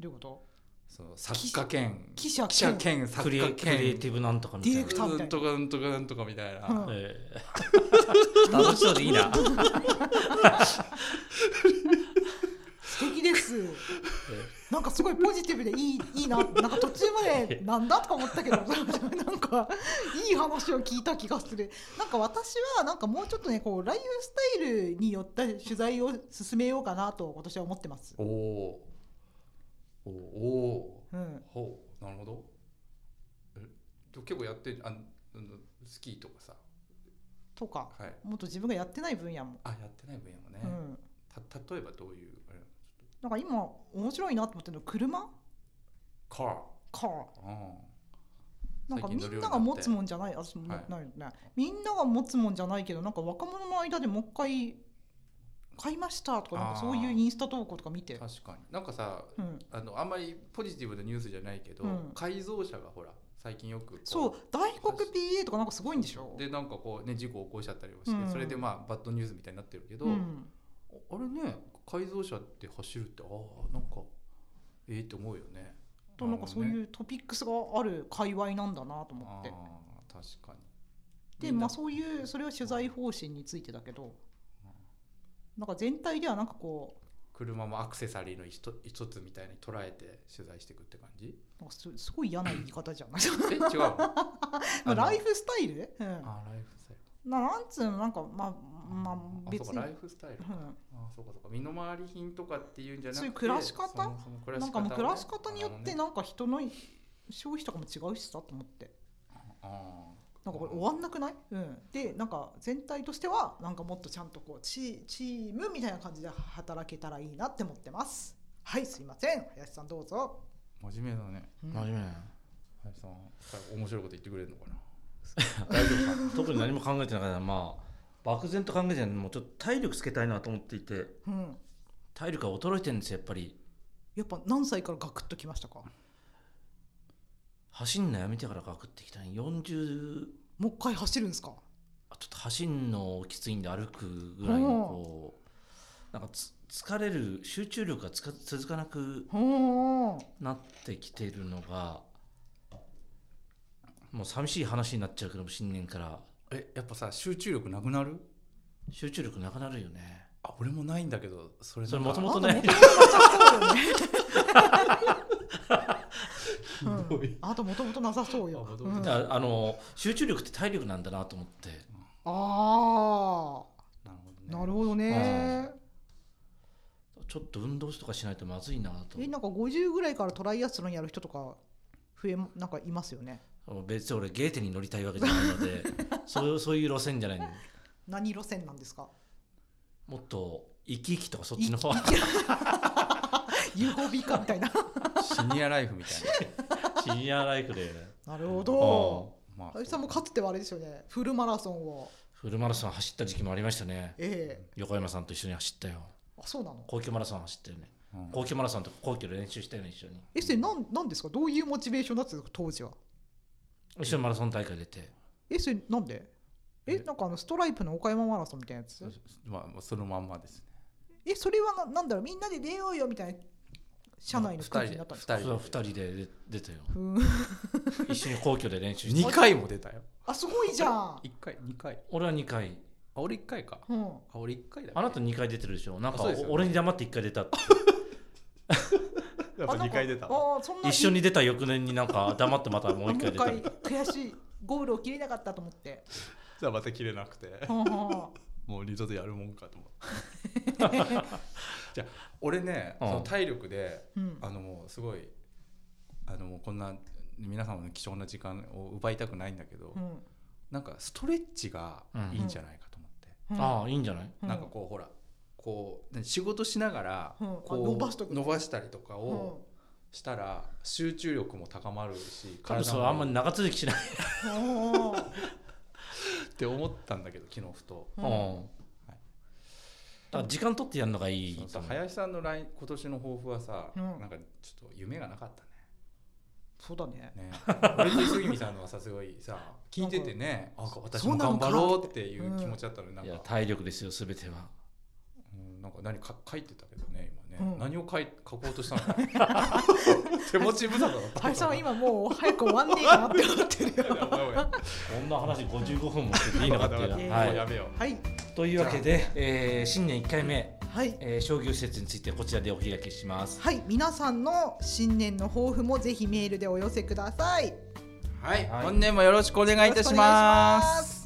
Speaker 3: ういうこと
Speaker 2: その作家兼
Speaker 3: 記者
Speaker 2: 記者兼
Speaker 1: ク
Speaker 2: 作
Speaker 1: リエ
Speaker 2: 家
Speaker 1: クリエイ
Speaker 2: 兼
Speaker 1: ティブなんとかみたいな
Speaker 3: ディレクター
Speaker 2: うんとかうんとかうんとかみたいな、
Speaker 3: うん
Speaker 1: えー楽しそうでいい
Speaker 3: (laughs)
Speaker 1: な、
Speaker 3: 素敵ですなんかすごいポジティブでいいいいななんか途中までなんだとか思ったけど (laughs) なんかいい話を聞いた気がするなんか私はなんかもうちょっとねこうライフスタイルによった取材を進めようかなと今年は思ってます、
Speaker 2: おおおお
Speaker 3: うん、
Speaker 2: ほうなるほどえでも結構やってるあうんスキーとかさ
Speaker 3: とか
Speaker 2: はい
Speaker 3: もっと自分がやってない分野も、
Speaker 2: あやってない分野もね、
Speaker 3: うん、
Speaker 2: た例えばどういうあれ
Speaker 3: なんか今面白いなと思ってるの車
Speaker 2: カー
Speaker 3: か
Speaker 2: あ
Speaker 3: なんか
Speaker 2: 最近
Speaker 3: み
Speaker 2: 乗るように
Speaker 3: んな
Speaker 2: な
Speaker 3: が
Speaker 2: って
Speaker 3: 持つもんじゃない私も持
Speaker 2: は
Speaker 3: っ
Speaker 2: い
Speaker 3: てないよね、みんなが持つもんじゃないけどなんか若者の間でもう一回買いましたとかなんかそういうインスタ投稿とか見て
Speaker 2: ー確かになんかさ
Speaker 3: うん、
Speaker 2: あのあんまりポジティブなニュースじゃないけど、
Speaker 3: うん
Speaker 2: 改造車がほら最近よくこ
Speaker 3: そう大黒 PA とかなんかすごいんでしょ
Speaker 2: でなんかこうね事故を起こしちゃったりもして、
Speaker 3: うん
Speaker 2: それでまあバッドニュースみたいになってるけど、
Speaker 3: うん、
Speaker 2: ああれね改造車って走るってああなんかええと思うよね。
Speaker 3: となんかそう
Speaker 2: う
Speaker 3: いうトピックスがある界隈なんだなと思
Speaker 2: あ
Speaker 3: って
Speaker 2: ー確かに。
Speaker 3: でまあ
Speaker 2: そ
Speaker 3: そういうそれは取材方針についてだけどなんか全体ではなんかこ
Speaker 2: 車もアクセサリーの一一つみたいに捉えて取材していくって感じ？
Speaker 3: うなんかすすごい嫌な言い方じ
Speaker 2: (laughs)
Speaker 3: ゃない
Speaker 2: え違うの
Speaker 3: (laughs) まあ
Speaker 2: あの
Speaker 3: ライフスタイル、うん、
Speaker 2: あライフスタイル。
Speaker 3: ななんつうのなんかまあまあ
Speaker 2: あ
Speaker 3: 別
Speaker 2: そう
Speaker 3: に
Speaker 2: かライフスタイル
Speaker 3: う
Speaker 2: か。
Speaker 3: ん
Speaker 2: あそうかそうか身の回り品とかっていうんじゃなくて
Speaker 3: そういう暮らし方
Speaker 2: そもそも暮らし
Speaker 3: なんかもう
Speaker 2: をね
Speaker 3: 暮らし方によって
Speaker 2: あ
Speaker 3: なんか人の消費とかも違うしさと思って
Speaker 2: のね
Speaker 3: なんかこれ終わんなくない、うん、でなんか全体としてはなんかもっとちゃんとこうチチームみたいな感じで働けたらいいなって思ってますはいすいません林さんどうぞ、
Speaker 2: あー真面目だね
Speaker 3: うん
Speaker 1: 真面目だな
Speaker 2: 林さん面白いこと言ってくれるのかな (laughs) 大丈夫かな
Speaker 1: 特に何も考えてなかったらまあ漠然と考えてないもうちょっと体力つけたいなと思っていて
Speaker 3: うん、
Speaker 1: 体力が衰えてるんですよやっぱり
Speaker 3: やっぱ何歳からガクッときましたか
Speaker 1: 走んのやめてからガクってきたね40
Speaker 3: もう一回走るんですか
Speaker 1: あちょっと走んのきついんで歩くぐらいのこうなんかつ疲れる集中力がつか続かなく
Speaker 3: うんうん
Speaker 1: なってきてるのがもう寂しい話になっちゃうけど新年から
Speaker 2: えやっぱさ集中力なくなる
Speaker 1: 集中力なくなるよね
Speaker 2: あ俺もないんだけどそれ
Speaker 1: それ
Speaker 2: なん
Speaker 1: も
Speaker 2: か
Speaker 1: ともと
Speaker 3: あな
Speaker 1: ね
Speaker 3: た元々なさそうだよね
Speaker 2: ひどい
Speaker 3: うんあともともとなさそうよ
Speaker 2: あ。元
Speaker 3: う
Speaker 2: 々
Speaker 3: ん
Speaker 2: な
Speaker 1: だからあの集中力って体力なんだなと思って
Speaker 3: あ
Speaker 2: なるほ
Speaker 3: あ、
Speaker 2: どね
Speaker 3: なるほどね
Speaker 1: は。ちょっと運動とかしないとまずいなと
Speaker 3: え、なんか50ぐらいからトライアスロンやる人とか増えまなんかいますよね。
Speaker 1: 別に俺ゲーテに乗りたいわけじゃないのでそうそういう路線じゃないの
Speaker 3: 何路線なんです
Speaker 2: (laughs)
Speaker 3: か。
Speaker 1: もっと生き生きとかそっちの方
Speaker 3: 有効美化みた
Speaker 2: (laughs)
Speaker 3: いな。
Speaker 2: シニアライフみたい
Speaker 1: シニアライフで、ね、
Speaker 3: なるほ
Speaker 1: うん
Speaker 3: (laughs) ど。
Speaker 2: なまあ
Speaker 3: あゆさんもかつてはあれですよね。フルマラソンを。
Speaker 1: フルマラソン走った時期もありましたね
Speaker 3: ええ
Speaker 1: 横山さんと一緒に走ったよ
Speaker 3: あ、そうなの。
Speaker 1: 皇居マラソン走ったよね
Speaker 2: うん
Speaker 1: 皇居マラソンとか皇居で練習したよね一緒に
Speaker 3: え、それなんなんですか。どういうモチベーションだったんですか当時は。
Speaker 1: 一緒にマラソン大会出て
Speaker 3: え、それなんで。え、なんかあのストライプの岡山マラソンみたいなやつ。
Speaker 2: まあそのまんまですね
Speaker 3: え、それはななんだろう。みんなで出ようよみたいな社内の空気になったんですか。
Speaker 2: 二
Speaker 1: それは
Speaker 2: 人
Speaker 1: 2
Speaker 2: で
Speaker 1: 人で出出たよ
Speaker 3: ふーん
Speaker 1: 一緒に皇居で練習し
Speaker 2: 二
Speaker 1: て
Speaker 2: 回も出たよ
Speaker 3: あ、すごいじゃん。
Speaker 2: 一回二回
Speaker 1: 俺は2回
Speaker 2: あ俺一回か
Speaker 3: うん。
Speaker 2: あ俺一回だっけ
Speaker 1: あなた2回出てるでしょなんか
Speaker 2: そうですよね
Speaker 1: 俺に黙って1回出たって
Speaker 2: やっぱ
Speaker 3: あなん
Speaker 2: 二
Speaker 3: か
Speaker 2: 回出た
Speaker 3: ああそんな
Speaker 1: 一緒に出た翌年になんか黙ってまたもう
Speaker 3: あもう
Speaker 1: 1回
Speaker 3: 一
Speaker 1: 出た
Speaker 3: 回悔しいゴールを切れなかったと思って。
Speaker 2: じゃあまた切れなくて
Speaker 3: はあは
Speaker 2: もう二度とやるもんかと思ってじゃあ俺ね、
Speaker 1: うん
Speaker 2: その体力で
Speaker 3: あうん
Speaker 2: あのもうすごいあのもうこんな皆様の貴重な時間を奪いたくないんだけど、
Speaker 3: うん
Speaker 2: なんかストレッチがいいんじゃないかと思って、
Speaker 3: うん
Speaker 1: ああいいんじゃない
Speaker 3: うん
Speaker 2: なんかこうほらこう何仕事しながら
Speaker 3: うんあ
Speaker 2: こう
Speaker 3: 伸ばしとく
Speaker 2: 伸ばしたりとかを
Speaker 3: う
Speaker 2: したら集中力も高まるし
Speaker 1: 多分それあんまり長続きしない、
Speaker 3: んおー
Speaker 2: って思ったんだけど昨日ふと。
Speaker 1: う
Speaker 3: うんん
Speaker 1: だから時間取ってやるのがいい
Speaker 2: そうそう林さんの来今年の抱負はさ、
Speaker 3: うん
Speaker 2: なんかちょっと夢がなかった
Speaker 3: (laughs)
Speaker 2: ね。
Speaker 3: そうだね
Speaker 2: ね、俺と杉見さんのはさすごいさ聞いててねあ私も頑張ろうっていう気持ちだったのになん
Speaker 1: い
Speaker 2: か,、
Speaker 1: や体力ですよ全ては
Speaker 2: うん、なんか何か書いてたけどね今ね、
Speaker 3: うん
Speaker 2: 何を書い (laughs) 書こうとしたのか
Speaker 3: (laughs)
Speaker 2: 手持ち無沙汰だった
Speaker 3: 林
Speaker 2: (laughs)
Speaker 3: さんは今もう早く終わんねえかなって思ってるよ (laughs)
Speaker 1: こんな話55分もしてていいのかっていうの (laughs)
Speaker 3: い
Speaker 1: は、
Speaker 3: や
Speaker 1: は
Speaker 2: もうや
Speaker 1: い、
Speaker 2: めよう
Speaker 3: はい
Speaker 1: というわけで、えー新年1回目、
Speaker 3: はい
Speaker 1: えー商業施設についてこちらでお開きします
Speaker 3: はい皆さんの新年の抱負もぜひメールでお寄せください
Speaker 2: はい、
Speaker 1: はい
Speaker 2: 本年もよろしくお願いいたし
Speaker 3: よろくお願
Speaker 2: ま
Speaker 3: いし
Speaker 2: す
Speaker 3: す